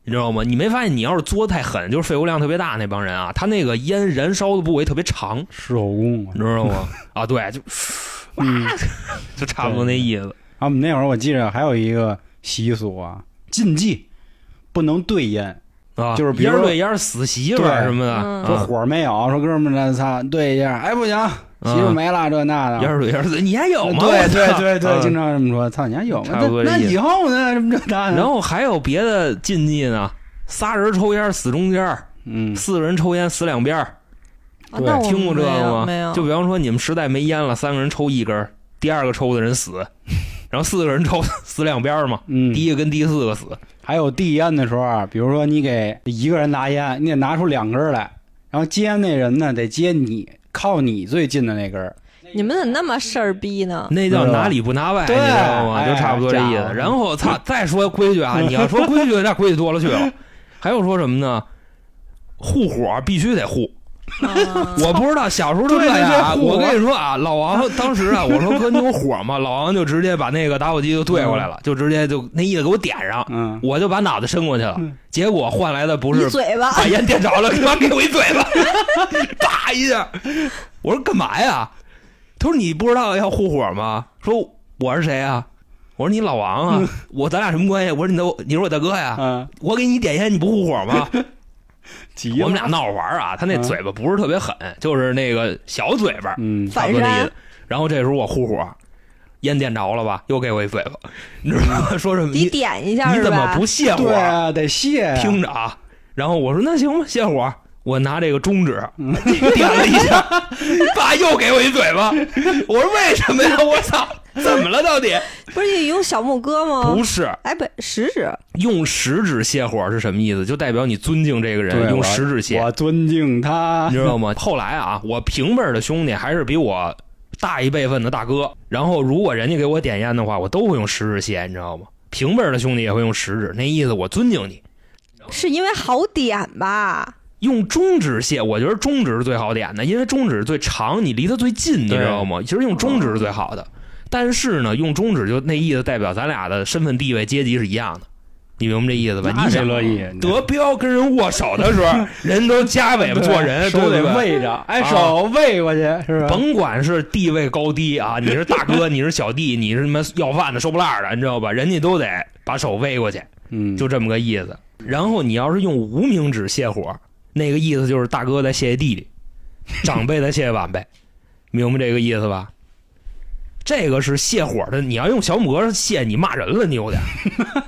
[SPEAKER 2] 你知道吗？你没发现你要是作的太狠，就是肺活量特别大那帮人啊，他那个烟燃烧的部位特别长，
[SPEAKER 1] 狮吼功。
[SPEAKER 2] 你知道吗？啊，对，就
[SPEAKER 1] 嗯，
[SPEAKER 2] 就差不多那意思。
[SPEAKER 1] 啊，我们那会儿我记着还有一个习俗啊，禁忌不能对烟，
[SPEAKER 2] 啊，
[SPEAKER 1] 就是比如
[SPEAKER 2] 烟
[SPEAKER 1] 说
[SPEAKER 2] 儿对烟儿死媳妇儿
[SPEAKER 1] 对
[SPEAKER 2] 什么的，
[SPEAKER 3] 嗯
[SPEAKER 1] 说
[SPEAKER 2] 啊
[SPEAKER 1] 火儿没有，说哥们儿，咱仨对一下，哎不行，
[SPEAKER 2] 嗯
[SPEAKER 1] 媳妇没了这那的，
[SPEAKER 2] 烟儿对烟儿死，你还有吗？
[SPEAKER 1] 对
[SPEAKER 2] 我
[SPEAKER 1] 对
[SPEAKER 2] 操
[SPEAKER 1] 对对，
[SPEAKER 2] 啊
[SPEAKER 1] 经常这么说，操你还有吗？
[SPEAKER 2] 差不多
[SPEAKER 1] 那那
[SPEAKER 2] 这意思
[SPEAKER 1] 以后呢？什么这那的？
[SPEAKER 2] 然后还有别的禁忌呢，仨人抽烟死中间儿，
[SPEAKER 1] 嗯，
[SPEAKER 2] 四个人抽烟死两边儿。
[SPEAKER 3] 啊
[SPEAKER 1] 对
[SPEAKER 3] 那我们
[SPEAKER 2] 听过这
[SPEAKER 3] 没
[SPEAKER 2] 个
[SPEAKER 3] 有
[SPEAKER 2] 吗？
[SPEAKER 3] 没有，
[SPEAKER 2] 就比方说你们实在没烟了，三个人抽一根儿，第二个抽的人死， 然后四个人抽 死两边儿嘛，
[SPEAKER 1] 嗯
[SPEAKER 2] 第，一个跟第四个死。
[SPEAKER 1] 还有递烟的时候啊，比如说你给一个人拿烟，你得拿出两根儿来，然后接烟那人呢得接你靠你最近的那根儿，
[SPEAKER 3] 你们怎么那么事儿 逼呢？
[SPEAKER 2] 那叫拿里不拿外，你
[SPEAKER 1] 对
[SPEAKER 2] 知道吗？
[SPEAKER 1] 哎
[SPEAKER 2] 就差不多这意
[SPEAKER 1] 家
[SPEAKER 2] 思
[SPEAKER 1] 伙。
[SPEAKER 2] 然后操，再说规 矩啊，你要说规矩，那规矩多了去了。还有说什么呢？护火必须得护，
[SPEAKER 3] 啊
[SPEAKER 2] 我不知道小时候就这样啊。
[SPEAKER 1] 对对对护火
[SPEAKER 2] 我跟你说啊，老王当时啊，我说哥你有火吗？老王就直接把那个打火机就对过来了，就直接就那意思给我点上，
[SPEAKER 1] 嗯，
[SPEAKER 2] 我就把脑袋伸过去了，结果换来的不
[SPEAKER 3] 你
[SPEAKER 2] 是哎
[SPEAKER 3] 嘴巴，
[SPEAKER 2] 把烟点着了，他妈给我一嘴巴， 啪一下。我说干嘛呀？他说你不知道要护火吗？说我是谁啊？我说你老王啊，我咱俩什么关系？我说你的，你是我大哥呀。
[SPEAKER 1] 嗯，
[SPEAKER 2] 我给你点烟，你不护火吗？
[SPEAKER 1] 急了
[SPEAKER 2] 我们俩闹着玩儿啊，他那
[SPEAKER 1] 嗯
[SPEAKER 2] 嘴巴不是特别狠，就是那个小嘴巴，
[SPEAKER 1] 嗯，
[SPEAKER 2] 差不多那意
[SPEAKER 3] 反
[SPEAKER 2] 思。然后这时候我护火，烟点着了吧，又给我一嘴巴，你知道吗？说什么？
[SPEAKER 3] 你
[SPEAKER 2] 你
[SPEAKER 3] 点一嗯下
[SPEAKER 2] 你
[SPEAKER 3] 是
[SPEAKER 2] 怎么
[SPEAKER 3] 吧？
[SPEAKER 2] 不泄火
[SPEAKER 1] 对？啊，得谢呀，
[SPEAKER 2] 听着啊。然后我说那行吧，泄火。我拿这个中指
[SPEAKER 1] 嗯
[SPEAKER 2] 点了一下，爸又给我一嘴巴。我说为什么呀？我操，怎么了到底？
[SPEAKER 3] 不是用小拇哥吗
[SPEAKER 2] 不？是
[SPEAKER 3] 哎，不，食指。
[SPEAKER 2] 用食指泄火是什么意思？就代表你尊敬这个人，
[SPEAKER 1] 对
[SPEAKER 2] 用
[SPEAKER 1] 我
[SPEAKER 2] 食指泄，
[SPEAKER 1] 我尊敬他
[SPEAKER 2] 你，知道吗？后来啊，我平辈儿的兄弟还是比我大一辈分的大哥，然后如果人家给我点烟的话，我都会用食指泄，你知道吗？平辈儿的兄弟也会用食指，那意思我尊敬你。
[SPEAKER 3] 是因为好点吧？
[SPEAKER 2] 用中指卸，我觉得中指是最好点的，因为中指最长，你离它最近，你
[SPEAKER 1] 对
[SPEAKER 2] 知道吗？其实用中指是最好的，但是呢，用中指就那意思代表咱俩的身份地位阶级是一样的，你明白这意思吧？
[SPEAKER 1] 那
[SPEAKER 2] 你
[SPEAKER 1] 谁
[SPEAKER 2] 想
[SPEAKER 1] 乐意？
[SPEAKER 2] 德彪跟人握手的 时候，人都夹尾巴做人，
[SPEAKER 1] 手
[SPEAKER 2] 对
[SPEAKER 1] 得
[SPEAKER 2] 不对？
[SPEAKER 1] 喂着，哎，
[SPEAKER 2] 啊
[SPEAKER 1] 手喂过去是吧？
[SPEAKER 2] 甭管是地位高低啊，你是大哥，你是小弟，你是什么要饭的、收破烂儿的，你知道吧？人家都得把手喂过去。
[SPEAKER 1] 嗯，
[SPEAKER 2] 就这么个意思。然后你要是用无名指泄火，那个意思就是大哥在谢谢弟弟，长辈在谢谢晚辈，明白这个意思吧？这个是泄火的，你要用小拇哥泄，你骂人了，你有点，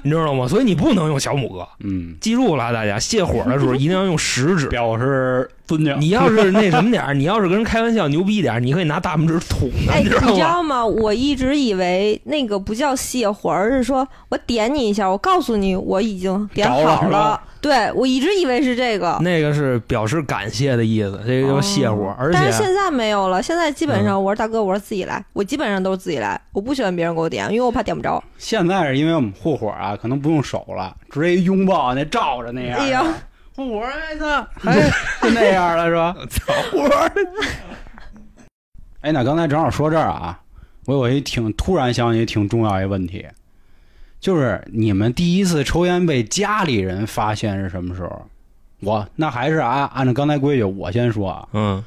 [SPEAKER 2] 你知道吗？所以你不能用小拇哥，
[SPEAKER 1] 嗯，
[SPEAKER 2] 记住了啊，大家泄火的时候一定要用食指。
[SPEAKER 1] 表示尊敬。
[SPEAKER 2] 你要是那什么点儿，你要是跟人开玩笑牛逼点儿，你可以拿大拇指捅他，
[SPEAKER 3] 哎，
[SPEAKER 2] 你
[SPEAKER 3] 你
[SPEAKER 2] 知道啊
[SPEAKER 3] 知
[SPEAKER 2] 吗？
[SPEAKER 3] 道吗？我一直以为那个不叫泄火，而是说我点你一下，我告诉你我已经点好
[SPEAKER 1] 着了
[SPEAKER 3] 对我一直以为是这个，
[SPEAKER 2] 那个是表示感谢的意思，这个叫泄火，
[SPEAKER 3] 哦
[SPEAKER 2] 而且嗯
[SPEAKER 3] 但是现在没有了，现在基本上我说大哥，我说自己来，我基本上都是自己来，我不喜欢别人给我点，因为我怕点不着。
[SPEAKER 1] 现在是因为我们护火啊，可能不用手了，直接一拥抱那照着那样。
[SPEAKER 3] 哎呀，
[SPEAKER 1] 护火哎操，还就那样了是吧？
[SPEAKER 2] 操 我
[SPEAKER 1] 哎，那刚才正好说这儿啊，我有一挺突然想起一挺重要一问题，就是你们第一次抽烟被家里人发现是什么时候？我那还是按按照刚才规矩，我先说啊，
[SPEAKER 2] 嗯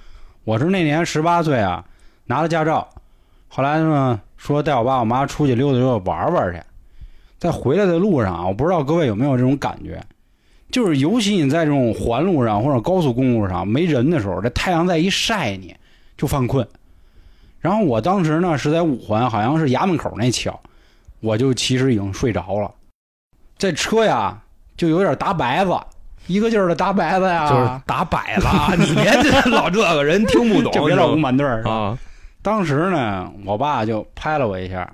[SPEAKER 1] 我是那年十八岁啊，拿了驾照，后来呢说带我爸我妈出去溜达溜达玩玩去，在回来的路上啊，我不知道各位有没有这种感觉，就是尤其你在这种环路上或者高速公路上没人的时候，这太阳再一晒你就犯困。然后我当时呢是在五环，好像是衙门口那桥，我就其实已经睡着了，这车呀就有点打白子，一个劲儿的打白子呀，
[SPEAKER 2] 就是打摆 了啊！你别这老这个人听不懂，
[SPEAKER 1] 就别老五满队儿
[SPEAKER 2] 你知道吗啊！
[SPEAKER 1] 当时呢，我爸就拍了我一下，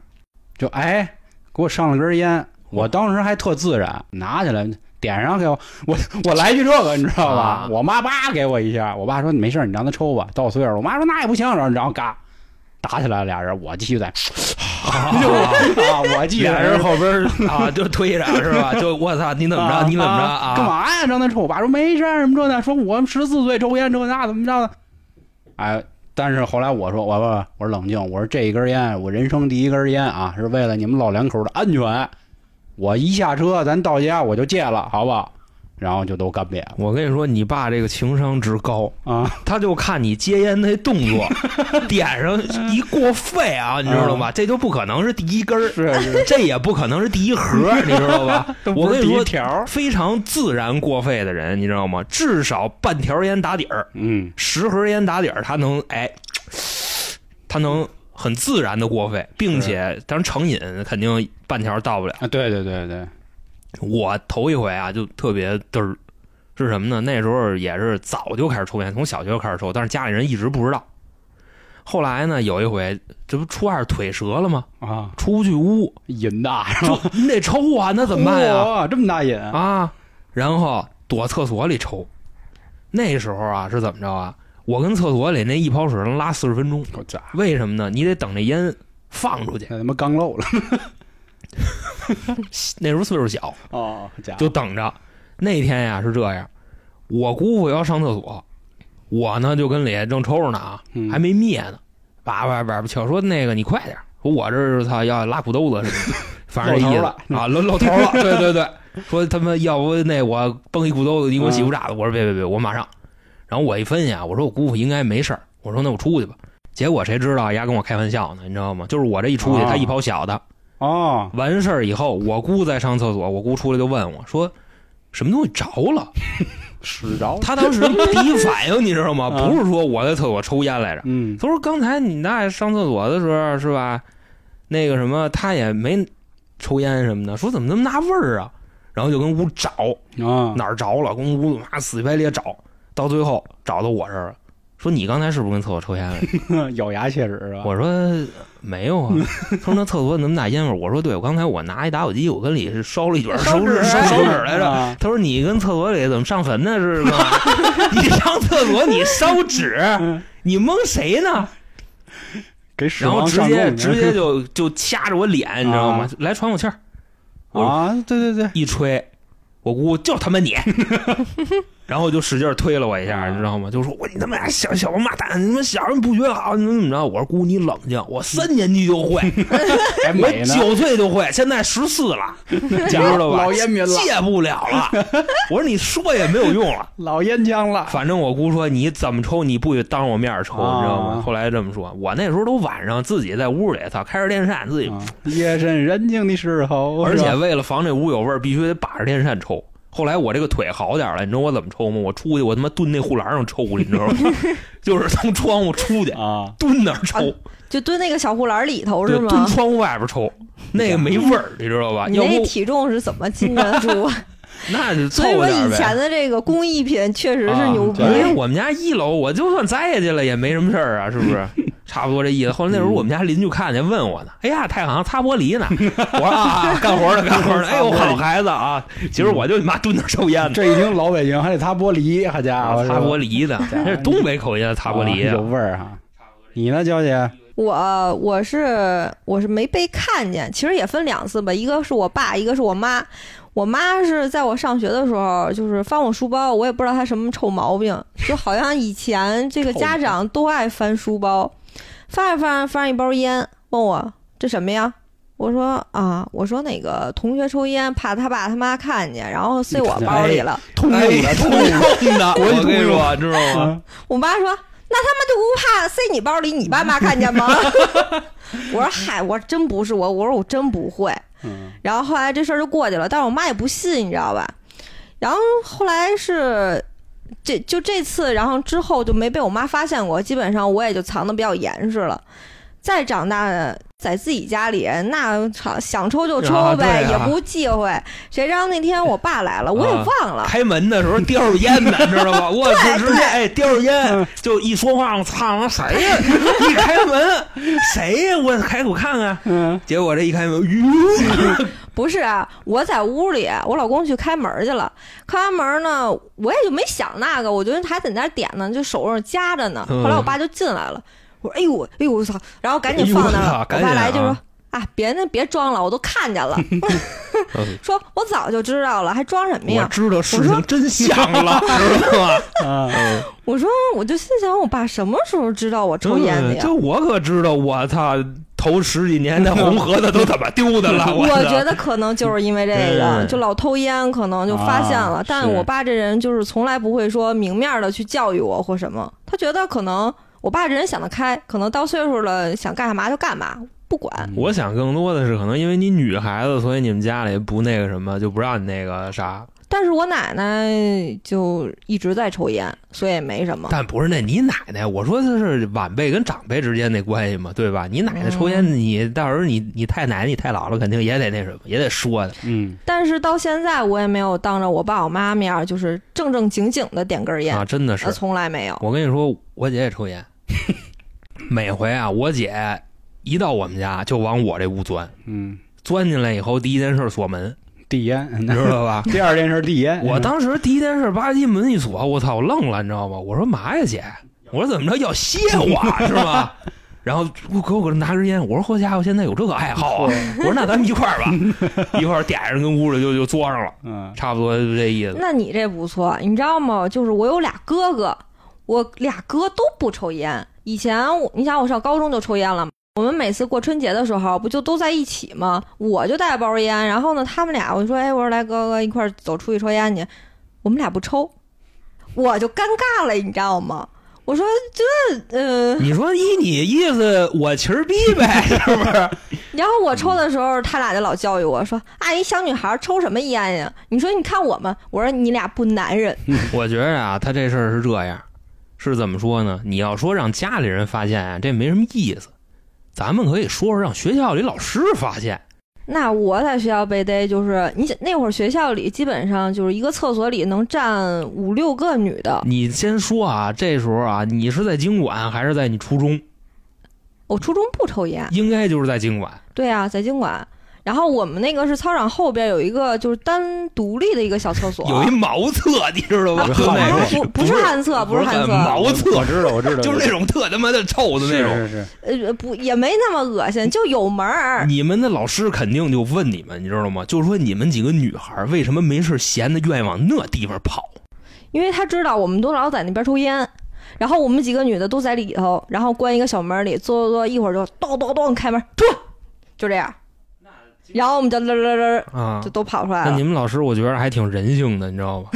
[SPEAKER 1] 就哎，给我上了根烟。我当时还特自然，拿起来点上给我， 我我来句这个，你知道吧？
[SPEAKER 2] 啊
[SPEAKER 1] 我妈叭给我一下，我爸说你没事儿，你让他抽吧，到我岁数了。我妈说那也不行，然后然后嘎，打起来了俩人，我继续在
[SPEAKER 2] 啊
[SPEAKER 1] 啊，我继续在
[SPEAKER 2] 俩人后边儿啊就推着是吧？就我操，你怎么着？你怎么着啊？
[SPEAKER 1] 干嘛呀？张大春，我爸说没事儿，什么这那，说我十四岁抽烟这那怎么着的？哎，但是后来我说，我我我说冷静，我说这一根烟，我人生第一根烟啊，是为了你们老两口的安全。我一下车，咱到家我就戒了，好不好？然后就都干瘪了
[SPEAKER 2] 我跟你说，你爸这个情商值高，
[SPEAKER 1] 啊！
[SPEAKER 2] 他就看你接烟那动作，点上一过肺啊，你知道吗？这就不可能是第一根儿，
[SPEAKER 1] 是是，
[SPEAKER 2] 这也不可能是第一盒儿，你知道吧？我跟你说，
[SPEAKER 1] 条，
[SPEAKER 2] 非常自然过肺的人，你知道吗？至少半条烟打底儿，
[SPEAKER 1] 嗯，
[SPEAKER 2] 十盒烟打底儿，他能哎，他能很自然的过肺，并且当然成瘾肯定半条到不了。
[SPEAKER 1] 啊，对对对对，
[SPEAKER 2] 我头一回啊，就特别嘚儿，是什么呢？那时候也是早就开始抽烟，从小学就开始抽，但是家里人一直不知道。后来呢，有一回，这不初二腿折了吗？
[SPEAKER 1] 啊，
[SPEAKER 2] 出不去屋，
[SPEAKER 1] 瘾大是吧？
[SPEAKER 2] 就你得抽啊，那怎么办呀？
[SPEAKER 1] 哇这么大瘾啊！
[SPEAKER 2] 啊，然后躲厕所里抽。那时候啊，是怎么着啊？我跟厕所里那一泡水能拉四十分钟，
[SPEAKER 1] 我操，
[SPEAKER 2] 为什么呢？你得等这烟放出去。
[SPEAKER 1] 那他妈刚漏了
[SPEAKER 2] 那时候岁数小，
[SPEAKER 1] 哦，假
[SPEAKER 2] 就等着。那天呀是这样，我姑父要上厕所，我呢就跟里正抽着呢啊，
[SPEAKER 1] 嗯
[SPEAKER 2] 还没灭呢，叭叭叭叭敲说那个你快点儿，说我这是操要拉裤兜子似的，反正这
[SPEAKER 1] 露
[SPEAKER 2] 意
[SPEAKER 1] 头
[SPEAKER 2] 思
[SPEAKER 1] 了
[SPEAKER 2] 啊露露头了，对对对，说他妈要不那我崩一裤兜子，你给我洗
[SPEAKER 1] 嗯
[SPEAKER 2] 裤衩子，我说别别别，我马上。然后我一分析啊，我说我姑父应该没事儿，我说那我出去吧。结果谁知道丫跟我开玩笑呢，你知道吗？就是我这一出去，
[SPEAKER 1] 啊
[SPEAKER 2] 他一跑小的，
[SPEAKER 1] 哦，
[SPEAKER 2] 完事儿以后，我姑在上厕所，我姑出来就问我说：“什么东西着了
[SPEAKER 1] 使着？”了，
[SPEAKER 2] 她当时第一反应你知道吗？
[SPEAKER 1] 啊
[SPEAKER 2] 不是说我在厕所抽烟来着，
[SPEAKER 1] 嗯，
[SPEAKER 2] 她说刚才你那上厕所的时候是吧？那个什么，她也没抽烟什么的，说怎么那么大味儿啊？然后就跟屋找
[SPEAKER 1] 啊，
[SPEAKER 2] 哪儿着了，跟屋妈死乞白咧找，到最后找到我这儿了，说你刚才是不是跟厕所抽烟来着？
[SPEAKER 1] 咬牙切齿是吧？
[SPEAKER 2] 我说没有啊，他说那厕所怎么那么大烟味儿？我说对，我刚才我拿一打火机，我跟里是烧了一卷
[SPEAKER 3] 烧
[SPEAKER 2] 手指
[SPEAKER 3] 纸
[SPEAKER 1] 啊
[SPEAKER 2] 烧手指来着。
[SPEAKER 1] 着，
[SPEAKER 2] 他说你跟厕所里怎么上坟呢？是吗？你上厕所你烧
[SPEAKER 1] 嗯
[SPEAKER 2] 纸，你蒙谁呢？
[SPEAKER 1] 给屎
[SPEAKER 2] 然后
[SPEAKER 1] 王
[SPEAKER 2] 直
[SPEAKER 1] 上
[SPEAKER 2] 接
[SPEAKER 1] 供去
[SPEAKER 2] 直接就就掐着我脸，你知道吗
[SPEAKER 1] 啊？
[SPEAKER 2] 来喘口气儿，我
[SPEAKER 1] 啊，对对对，
[SPEAKER 2] 一吹，我姑就他 妈你，然后就使劲儿推了我一下，
[SPEAKER 1] 啊
[SPEAKER 2] 你知道吗？就说我你他妈小小王八蛋，你们小时候不学好，你怎么怎么着？我说姑你冷静，我三年级就会。
[SPEAKER 1] 还
[SPEAKER 2] 我
[SPEAKER 1] 美呢，
[SPEAKER 2] 九岁就会，现在十四 了，你知道吧？
[SPEAKER 1] 老烟民了
[SPEAKER 2] 戒不了 了。我说你说也没有用啊了。
[SPEAKER 1] 老烟枪了，
[SPEAKER 2] 反正我姑说你怎么抽，你不许当着我面抽，
[SPEAKER 1] 啊
[SPEAKER 2] 你知道吗？后来这么说，我那时候都晚上自己在屋里，操，开着电扇自己，
[SPEAKER 1] 啊夜深人静的时候，
[SPEAKER 2] 而
[SPEAKER 1] 是吧
[SPEAKER 2] 且为了防这屋有味儿，必须得把着电扇抽。后来我这个腿好点了，你知道我怎么抽吗？我出去，我他妈蹲那护栏上抽你知道 吗？就是从窗户出去，
[SPEAKER 1] 啊，
[SPEAKER 2] 蹲那儿抽，
[SPEAKER 3] 就蹲那个小护栏里头是
[SPEAKER 2] 就
[SPEAKER 3] 吗
[SPEAKER 2] 蹲？窗户外边抽，那个没味儿，你知道吧？
[SPEAKER 3] 你
[SPEAKER 2] 要
[SPEAKER 3] 那
[SPEAKER 2] 不
[SPEAKER 3] 体重是怎么 禁得住啊？
[SPEAKER 2] 那就凑
[SPEAKER 3] 所以
[SPEAKER 2] 合
[SPEAKER 3] 说
[SPEAKER 2] 点儿
[SPEAKER 3] 以
[SPEAKER 2] 呗
[SPEAKER 3] 前的这个工艺品确实是
[SPEAKER 1] 啊
[SPEAKER 3] 牛逼
[SPEAKER 2] 因，为哎我们家一楼，我就算栽下去了也没什么事儿啊，是不 是？差不多这意思。后来那时
[SPEAKER 3] 嗯
[SPEAKER 2] 候我们家邻居看见问我呢，哎呀，太行，擦玻璃呢。 我说啊，干活呢，干活呢。哎呦，好孩子啊！其实我就你妈蹲那儿抽烟呢，
[SPEAKER 1] 啊这一听老北京还得擦玻璃，好家伙，
[SPEAKER 2] 啊擦玻
[SPEAKER 1] 璃，
[SPEAKER 2] 璃 呢，这是东北口音，擦玻
[SPEAKER 1] 啊有
[SPEAKER 2] 璃。哎
[SPEAKER 1] 味儿哈。你呢，娇姐？
[SPEAKER 3] 我我是我是没被看见，其实也分两次吧，一个是我爸，一个是我妈。我妈是在我上学的时候，就是翻我书包，我也不知道她什么臭毛病，就好像以前这个家长都爱翻书包，翻着翻着翻着一包烟，问我这什么呀？我说啊，我说那个同学抽烟，怕他爸他妈看见，然后塞我包里了。
[SPEAKER 1] 通用
[SPEAKER 2] 哎
[SPEAKER 1] 的，
[SPEAKER 2] 通
[SPEAKER 1] 通用的
[SPEAKER 2] 用的，
[SPEAKER 1] 国际
[SPEAKER 2] 我跟你
[SPEAKER 1] 通
[SPEAKER 2] 说，知道吗？
[SPEAKER 1] 啊，
[SPEAKER 3] 我妈说：“那他们就不怕塞你包里，你爸妈看见吗？” 我说：“嗨，我真不是我，我说我真不会。
[SPEAKER 1] 嗯”
[SPEAKER 3] 然后后来这事儿就过去了，但是我妈也不信，你知道吧？然后后来是这就这次，然后之后就没被我妈发现过，基本上我也就藏的比较严实了。再长大，在自己家里，那想想抽就抽
[SPEAKER 2] 啊对
[SPEAKER 3] 呗，
[SPEAKER 2] 啊
[SPEAKER 3] 也不忌讳。谁知道那天我爸来了，我也
[SPEAKER 2] 啊
[SPEAKER 3] 忘了，
[SPEAKER 2] 开门的时候叼着烟 呢，你知道吧？我就直接哎叼着烟，就一说话，我操，我说谁呀？一开门，谁呀？我开口看看。
[SPEAKER 1] 嗯，
[SPEAKER 2] 结果这一开门，哟，
[SPEAKER 3] 不是啊，我在屋里，我老公去开门去了。开完门呢，我也就没想那个，我觉得还在那儿点呢，就手上夹着呢。
[SPEAKER 2] 嗯
[SPEAKER 3] 后来我爸就进来了，我说哎呦哎呦我操，然后赶紧
[SPEAKER 2] 哎呦
[SPEAKER 3] 放
[SPEAKER 2] 我
[SPEAKER 3] 那儿
[SPEAKER 2] 操
[SPEAKER 3] 了。我
[SPEAKER 2] 赶
[SPEAKER 3] 爸
[SPEAKER 2] 紧
[SPEAKER 3] 来就
[SPEAKER 2] 啊
[SPEAKER 3] 说啊，别那别装了，我都 看见了，
[SPEAKER 2] 嗯
[SPEAKER 3] 说我早就知道了，还装什么
[SPEAKER 2] 我
[SPEAKER 3] 呀？
[SPEAKER 2] 知道事
[SPEAKER 3] 我说
[SPEAKER 2] 情真相了，知道吗？
[SPEAKER 1] 啊，
[SPEAKER 2] 嗯
[SPEAKER 3] 我说我就心想，我爸什么时候知道我 抽烟的
[SPEAKER 2] 嗯
[SPEAKER 3] 呀？
[SPEAKER 2] 这我可知道，我操，头十几年那红盒子都怎么丢 的 了？
[SPEAKER 3] 我
[SPEAKER 2] 操
[SPEAKER 3] 觉得可能就是因为这
[SPEAKER 2] 嗯
[SPEAKER 3] 个，就老抽烟，可能就发现了。
[SPEAKER 1] 啊
[SPEAKER 3] 但
[SPEAKER 1] 是
[SPEAKER 3] 我爸这人就是从来不会说明面的去教育我或什么，他觉得可能我爸这人想得开，可能到岁数了想干嘛就干嘛，不
[SPEAKER 1] 嗯
[SPEAKER 3] 管。
[SPEAKER 2] 我想更多的是，可能因为你女孩子，所以你们家里不那个什么，就不让你那个啥。
[SPEAKER 3] 但是我奶奶就一直在抽烟，所以也没什么。
[SPEAKER 2] 但不是那你奶奶，我说的是晚辈跟长辈之间那关系嘛，对吧？你奶奶抽烟，你到时候你你太奶奶你太姥姥肯定也得那什么，也得说的。
[SPEAKER 1] 嗯，
[SPEAKER 3] 但是到现在我也没有当着我爸我妈面儿就是正正经经的点根烟，
[SPEAKER 2] 啊，真的是
[SPEAKER 3] 呃，从来没有。
[SPEAKER 2] 我跟你说，我姐也抽烟，每回啊，我姐一到我们家就往我这屋钻，
[SPEAKER 1] 嗯，
[SPEAKER 2] 钻进来以后第一件事锁门，
[SPEAKER 1] 递烟，
[SPEAKER 2] 你知道吧？
[SPEAKER 1] 第二件事递烟， 嗯
[SPEAKER 2] 我当时第一件事吧唧门一锁，我操，我愣了，你知道吗？我说嘛呀姐，我说怎么着要歇我是吗？ 然后我给我拿根烟，我说好家伙，现在有这个爱好啊！我说那咱们一块儿吧，一块儿点上跟屋里就就坐上了，
[SPEAKER 1] 嗯
[SPEAKER 2] 差不多就这意思。
[SPEAKER 3] 那你这不错，你知道吗？就是我有俩哥哥，我俩哥都不抽烟。以前我，你想我上高中就抽烟了嘛，我们每次过春节的时候不就都在一起吗？我就带包烟，然后呢，他们俩我就说，哎，我说来哥哥一块儿走出去抽烟去，我们俩不抽，我就尴尬了，你知道吗？我说这呃，
[SPEAKER 2] 你说依你意思，我其实逼呗， 是不是？
[SPEAKER 3] 然后我抽的时候，他俩就老教育我说，啊，一小女孩抽什么烟呀？你说你看我们，我说你俩不男人，
[SPEAKER 2] 我觉着啊，他这事儿是这样，是怎么说呢？你要说让家里人发现啊，这没什么意思。咱们可以说说让学校里老师发现，
[SPEAKER 3] 那我在学校被逮，就是你想那会儿学校里基本上就是一个厕所里能站五六个女的。
[SPEAKER 2] 你先说啊，这时候啊，你是在经管还是在你初中？
[SPEAKER 3] 我初中不抽烟，
[SPEAKER 2] 应该就是在经管。
[SPEAKER 3] 对啊，在经管。然后我们那个是操场后边有一个就是单独立的一个小厕所，
[SPEAKER 2] 有一茅厕，你知道
[SPEAKER 3] 啊
[SPEAKER 1] 不
[SPEAKER 2] 吗？就那
[SPEAKER 1] 不
[SPEAKER 2] 种
[SPEAKER 1] 是
[SPEAKER 3] 不不是旱厕
[SPEAKER 2] 不是
[SPEAKER 3] 不是旱厕
[SPEAKER 2] 茅
[SPEAKER 1] 嗯我
[SPEAKER 2] 厕，
[SPEAKER 1] 知道，我知道，
[SPEAKER 2] 就是那种特他妈的臭的那种。
[SPEAKER 1] 是是是，
[SPEAKER 3] 呃不也没那么恶心，就有门儿。
[SPEAKER 2] 你们的老师肯定就问你们，你知道吗？就说你们几个女孩儿为什么没事闲的愿意往那地方跑？
[SPEAKER 3] 因为他知道我们都老在那边抽烟，然后我们几个女的都在里头，然后关一个小门里，坐坐坐，一会儿就咚咚咚开门，出来，就这样。然后我们就啦啦啦
[SPEAKER 2] 啊
[SPEAKER 3] 就，都跑出来了。
[SPEAKER 2] 那你们老师我觉得还挺人性的，你知道吗？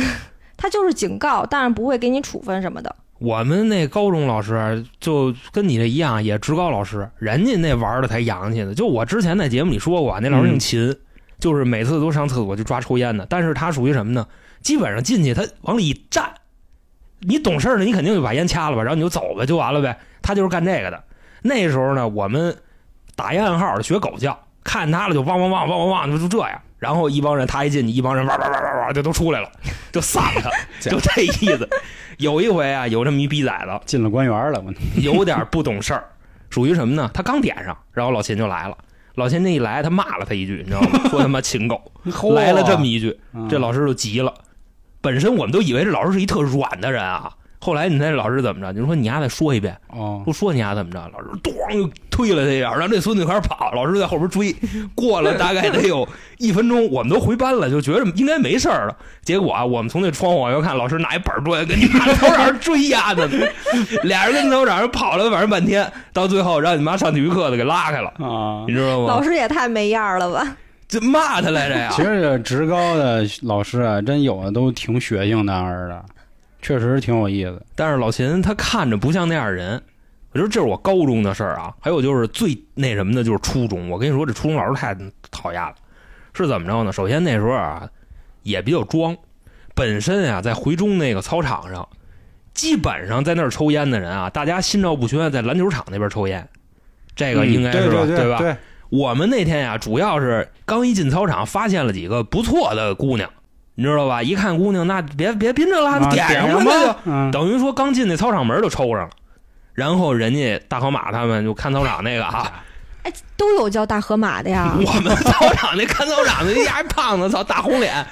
[SPEAKER 3] 他就是警告，但是不会给你处分什么的。
[SPEAKER 2] 我们那高中老师就跟你这一样，也职高老师，人家那玩的才洋气呢。就我之前在节目里说过啊，那老师
[SPEAKER 1] 嗯
[SPEAKER 2] 姓秦，就是每次都上厕所就抓抽烟的，但是他属于什么呢？基本上进去他往里一站，你懂事儿的，你肯定就把烟掐了吧，然后你就走呗，就完了呗。他就是干这个的。那时候呢，我们打一暗号学狗叫，看他了就汪汪汪汪汪汪，就就这样。然后一帮人他一进去，一帮人哇哇哇哇哇就都出来了，就散他，就这意思。有一回啊，有这么一逼崽 子，
[SPEAKER 1] 进了官员了， 我
[SPEAKER 2] 有点不懂事儿，属于什么呢？他刚点上，然后老秦就来了。老秦这一来，他骂了他一句，你知道吗？说他妈禽狗，来了这么一句，
[SPEAKER 1] 嗯
[SPEAKER 2] 这老师就急了。本身我们都以为这老师是一特软的人啊，后来你猜这老师怎么着？你说你丫再说一遍，
[SPEAKER 1] 哦
[SPEAKER 2] 不说你丫怎么着？老师咚就推了他一下，让这孙子开始跑，老师在后边追。过了大概得有一分钟，我们都回班了，就觉着应该没事儿了。结果啊，我们从那窗户往右看，老师拿一板砖跟你妈头上人追丫的呢，俩人跟头上人跑了反正半天，到最后让你妈上体育课的给拉开了，
[SPEAKER 1] 啊
[SPEAKER 2] 你。知道
[SPEAKER 3] 老
[SPEAKER 2] 吗？
[SPEAKER 3] 师也太没样儿了 吧！
[SPEAKER 2] 这骂他来着呀
[SPEAKER 1] 其。实这职高的老师啊，真有的都挺血性男儿的，确实挺有意思。
[SPEAKER 2] 但是老秦他看着不像那样人。我觉得这是我高中的事儿啊，还有就是最那什么的，就是初中。我跟你说，这初中老师太讨厌了，是怎么着呢？首先那时候啊，也比较装，本身啊在回中那个操场上，基本上在那儿抽烟的人啊，大家心照不宣，在篮球场那边抽烟，这个应该是吧，
[SPEAKER 1] 嗯对
[SPEAKER 2] 吧？啊
[SPEAKER 1] 对，
[SPEAKER 2] 我们那天呀、主要是刚一进操场，发现了几个不错的姑娘，你知道吧？一看姑娘，那别别憋着了，
[SPEAKER 1] 啊
[SPEAKER 2] 点上
[SPEAKER 1] 点
[SPEAKER 2] 吧，
[SPEAKER 1] 上吧
[SPEAKER 2] 那就
[SPEAKER 1] 嗯，
[SPEAKER 2] 等于说刚进那操场门就抽上了，然后人家大河马他们就看操场那 个啊，
[SPEAKER 3] 哎，都有叫大河马的 呀。
[SPEAKER 2] 我们操场那看操场的那丫一胖子，操大红脸，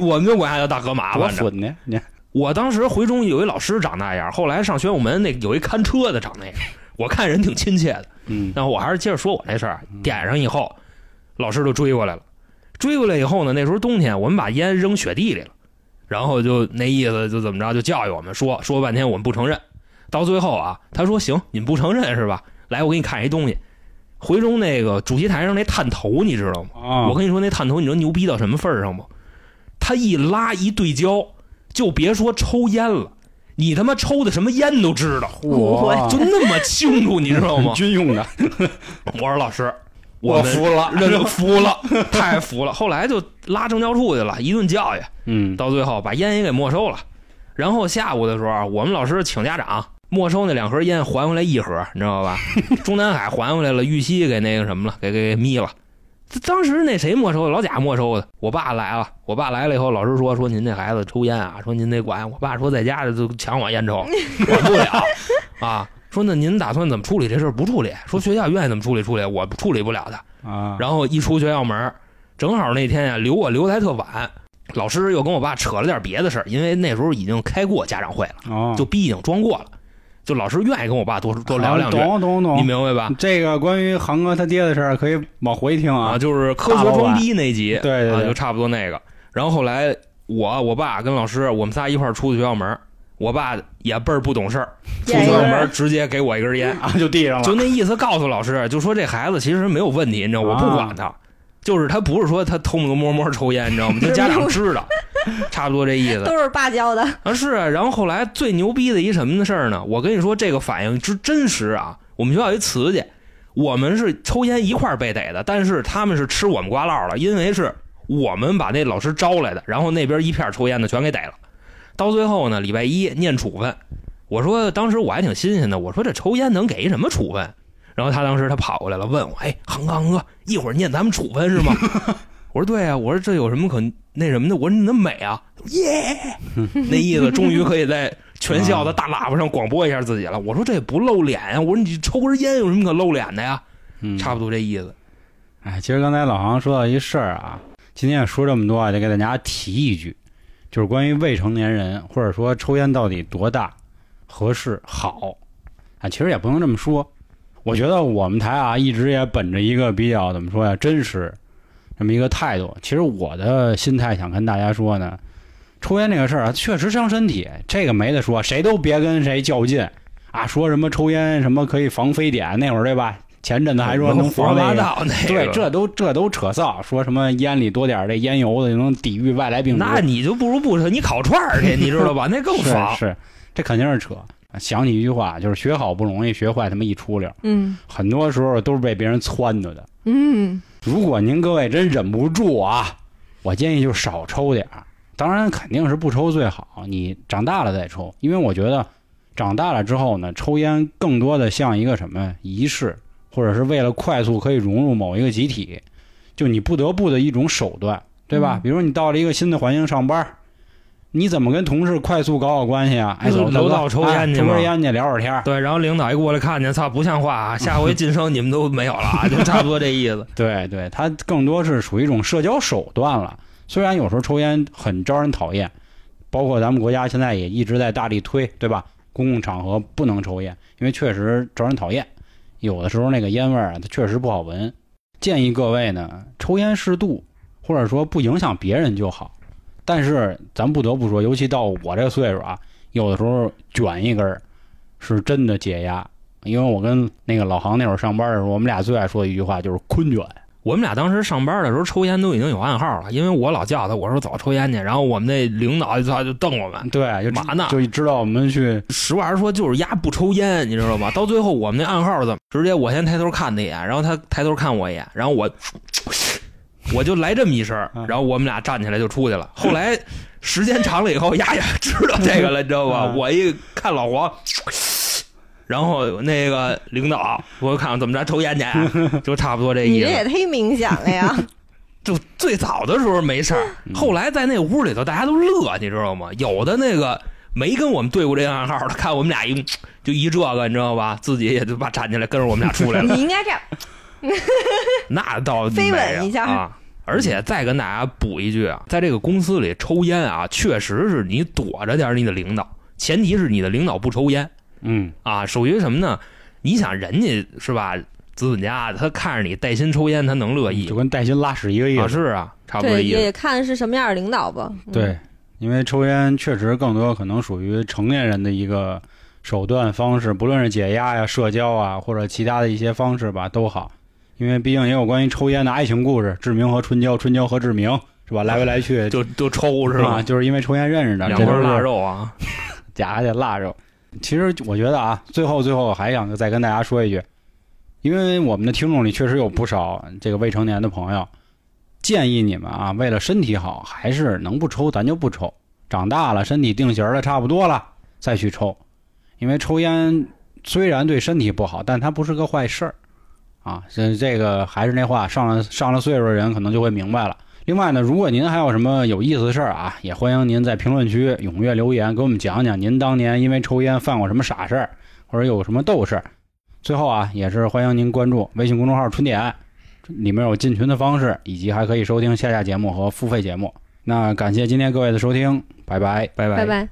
[SPEAKER 2] 我们就管他叫大河马
[SPEAKER 1] 多
[SPEAKER 2] 吧。反正
[SPEAKER 1] 损呢，你
[SPEAKER 2] 我当时回中有一老师长那样，后来上宣武门那有一看车的长那样，我看人挺亲切的。
[SPEAKER 1] 嗯
[SPEAKER 2] 然后我还是接着说我这事儿啊
[SPEAKER 1] 嗯，
[SPEAKER 2] 点上以后，老师就追过来了。追过来以后呢，那时候冬天，我们把烟扔雪地里了，然后就那意思就怎么着，就教育我们说说半天我们不承认。到最后啊，他说行，你们不承认是吧？来，我给你看一东西。回中那个主席台上那探头，你知道吗？
[SPEAKER 1] 啊，
[SPEAKER 2] 我跟你说那探头，你知道牛逼到什么份儿上吗？他一拉一对焦，就别说抽烟了，你他妈抽的什么烟都知道，
[SPEAKER 1] 我
[SPEAKER 2] 就那么清楚，你知 道吗？
[SPEAKER 1] 军用的，
[SPEAKER 2] 我说老师，
[SPEAKER 1] 我
[SPEAKER 2] 们
[SPEAKER 1] 服了，
[SPEAKER 2] 认服了，太服了。后来就拉政教处去了，一顿教育，
[SPEAKER 1] 嗯，
[SPEAKER 2] 到最后把烟也给没收了。然后下午的时候，啊我们老师请家长没收那两盒烟，还回来一盒，你知道吧？中南海还回来了，玉溪给那个什么了，给给给眯了。这当时那谁没收的？老贾没收的。我爸来了，我爸来了以后，老师说说您这孩子抽烟啊，说您得管。我爸说在家里就抢我烟抽，管不了啊。说那您打算怎么处理这事儿？不处理。说学校愿意怎么处理处理，我处理不了的。
[SPEAKER 1] 啊，
[SPEAKER 2] 然后一出学校门儿，正好那天呀、留我留的还特晚，老师又跟我爸扯了点别的事儿，因为那时候已经开过家长会了，
[SPEAKER 1] 哦，
[SPEAKER 2] 就逼已经装过了，就老师愿意跟我爸多多聊两句，
[SPEAKER 1] 啊懂懂懂，嗯
[SPEAKER 2] 你明白吧？
[SPEAKER 1] 这个关于航哥他爹的事儿，可以往回听
[SPEAKER 2] 啊，
[SPEAKER 1] 啊。
[SPEAKER 2] 就是科
[SPEAKER 1] 大
[SPEAKER 2] 学
[SPEAKER 1] 老板
[SPEAKER 2] 装逼那集，
[SPEAKER 1] 对对
[SPEAKER 2] 啊，
[SPEAKER 1] 对
[SPEAKER 2] 就差不多那个。然后后来我我爸跟老师，我们仨一块儿出的学校门儿，我爸也倍儿不懂事儿，出
[SPEAKER 3] 也
[SPEAKER 2] 学
[SPEAKER 3] 一
[SPEAKER 2] 校
[SPEAKER 3] 个
[SPEAKER 2] 门儿
[SPEAKER 3] 人
[SPEAKER 2] 直接给我一根烟，
[SPEAKER 1] 啊，就递上了。
[SPEAKER 2] 就那意思告诉老师，就说这孩子其实没有问题，你知道，我不管他，就是他不是说他偷摸摸摸抽烟，你知道吗？就家长知道，差不多这意思
[SPEAKER 3] 都是爸教的，
[SPEAKER 2] 啊。是啊，然后后来最牛逼的一什么的事儿呢？我跟你说，这个反应之真实啊！我们学校有一词去，我们是抽烟一块儿被逮的，但是他们是吃我们瓜烙了，因为是我们把那老师招来的，然后那边一片抽烟的全给逮了。到最后呢，礼拜一念处分，我说当时我还挺新鲜的，我说这抽烟能给什么处分？然后他当时他跑过来了，问我，哎，航哥航哥，一会儿念咱们处分是吗？ 我说对啊，我说这有什么可那什么的？我说你那么美啊，耶，那意思终于可以在全校的大喇叭上广播一下自己了。我说这也不露脸呀、我说你抽根烟有什么可露脸的呀？
[SPEAKER 1] 嗯
[SPEAKER 2] 差不多这意思。
[SPEAKER 1] 哎，其实刚才老航说到一事儿啊，今天也说这么多啊，就给大家提一句，就是关于未成年人或者说抽烟到底多大合适好啊，其实也不能这么说。我觉得我们台啊，一直也本着一个比较怎么说呀，真实这么一个态度。其实我的心态想跟大家说呢，抽烟这个事儿啊，确实伤身体，这个没得说，谁都别跟谁较劲啊。说什么抽烟什么可以防非典，那会儿对吧？前阵子还说能
[SPEAKER 2] 胡说
[SPEAKER 1] 防
[SPEAKER 2] 八
[SPEAKER 1] 那个
[SPEAKER 2] 道那 个，
[SPEAKER 1] 对，这都这都扯臊，说什么烟里多点儿这烟油子就能抵御外来病毒，
[SPEAKER 2] 那你就不如不抽，你烤串儿去，你知 道吧？那更
[SPEAKER 1] 是
[SPEAKER 2] 爽。
[SPEAKER 1] 是，这肯定是扯。想起一句话，就是学好不容易，学坏他妈一出溜儿。
[SPEAKER 3] 嗯
[SPEAKER 1] 很多时候都是被别人撺掇的。
[SPEAKER 3] 嗯，
[SPEAKER 1] 如果您各位真忍不住啊，我建议就少抽点儿。当然，肯定是不抽最好，你长大了再抽，因为我觉得长大了之后呢，抽烟更多的像一个什么仪式，或者是为了快速可以融入某一个集体，就你不得不的一种手段，对吧？
[SPEAKER 3] 嗯
[SPEAKER 1] 比如你到了一个新的环境上班儿，你怎么跟同事快速搞好关系啊？哎，
[SPEAKER 2] 就
[SPEAKER 1] 走走
[SPEAKER 2] 楼道抽
[SPEAKER 1] 哎
[SPEAKER 2] 烟去
[SPEAKER 1] 抽
[SPEAKER 2] 嘛
[SPEAKER 1] 根烟去，聊会儿天儿。
[SPEAKER 2] 对，然后领导一过来看见，操，不像话啊！下回晋升你们都没有了 啊，就差不多这意思。
[SPEAKER 1] 对对，它更多是属于一种社交手段了。虽然有时候抽烟很招人讨厌，包括咱们国家现在也一直在大力推，对吧？公共场合不能抽烟，因为确实招人讨厌。有的时候那个烟味儿啊，它确实不好闻。建议各位呢，抽烟适度，或者说不影响别人就好。但是咱不得不说，尤其到我这个岁数啊，有的时候卷一根儿是真的解压。因为我跟那个老航那会儿上班的时候，我们俩最爱说的一句话就是“坤卷”。
[SPEAKER 2] 我们俩当时上班的时候抽烟都已经有暗号了，因为我老叫他，我说走抽烟去，然后我们那领导就就瞪我们，
[SPEAKER 1] 对，就知
[SPEAKER 2] 嘛呢
[SPEAKER 1] 就知道我们去
[SPEAKER 2] 实话实说就是丫不抽烟，你知道吗？到最后我们那暗号怎么？直接我先抬头看他一眼，然后他抬头看我一眼，然后我我就来这么一声，然后我们俩站起来就出去了。后来时间长了以后，丫也知道这个了，你知道吧？
[SPEAKER 1] 嗯
[SPEAKER 2] 我一看老黄。然后那个领导，我看看怎么着抽烟去，啊就差不多这
[SPEAKER 3] 你
[SPEAKER 2] 意
[SPEAKER 3] 这
[SPEAKER 2] 思。
[SPEAKER 3] 也忒明显 了呀，
[SPEAKER 2] 就最早的时候没事儿，
[SPEAKER 3] 嗯
[SPEAKER 2] 后来在那屋里头大家都乐，你知道吗？有的那个没跟我们对过这暗号的，看我们俩一就一这个，你知道吧？自己也就把站起来跟着我们俩出 来了，
[SPEAKER 3] 你应该这样，
[SPEAKER 2] 那倒
[SPEAKER 3] 飞吻
[SPEAKER 2] 没有
[SPEAKER 3] 一下
[SPEAKER 2] 啊！而且再跟大家补一句啊，在这个公司里抽烟啊，确实是你躲着点儿你的领导，前提是你的领导不抽烟
[SPEAKER 1] 嗯
[SPEAKER 2] 啊，属于什么呢？你想人家是吧，资本家他看着你带薪抽烟，他能乐意
[SPEAKER 1] 就跟带薪拉屎一个意
[SPEAKER 2] 啊？
[SPEAKER 1] 思。
[SPEAKER 2] 是啊，差不多
[SPEAKER 3] 对，
[SPEAKER 2] 意思。
[SPEAKER 3] 也看是什么样的领导吧。嗯，
[SPEAKER 1] 对，因为抽烟确实更多可能属于成年人的一个手段方式，不论是解压呀、社交啊，或者其他的一些方式吧，都好。因为毕竟也有关于抽烟的爱情故事，志明和春娇，春娇和志明是吧？来回来去
[SPEAKER 2] 就就抽是
[SPEAKER 1] 啊，
[SPEAKER 2] 吧？
[SPEAKER 1] 就是因为抽烟认识的，
[SPEAKER 2] 两
[SPEAKER 1] 这都
[SPEAKER 2] 块
[SPEAKER 1] 是
[SPEAKER 2] 腊肉啊，
[SPEAKER 1] 夹去腊肉。其实我觉得啊，最后最后还想再跟大家说一句，因为我们的听众里确实有不少这个未成年的朋友，建议你们啊，为了身体好，还是能不抽咱就不抽。长大了，身体定型了，差不多了，再去抽。因为抽烟虽然对身体不好，但它不是个坏事儿啊。这这个还是那话，上了上了岁数的人可能就会明白了。另外呢，如果您还有什么有意思的事儿啊，也欢迎您在评论区踊跃留言，给我们讲讲您当年因为抽烟犯过什么傻事儿，或者有什么逗事儿。最后啊，也是欢迎您关注微信公众号“春点”，里面有进群的方式，以及还可以收听下下节目和付费节目。那感谢今天各位的收听，拜拜。
[SPEAKER 2] 拜
[SPEAKER 3] 拜拜。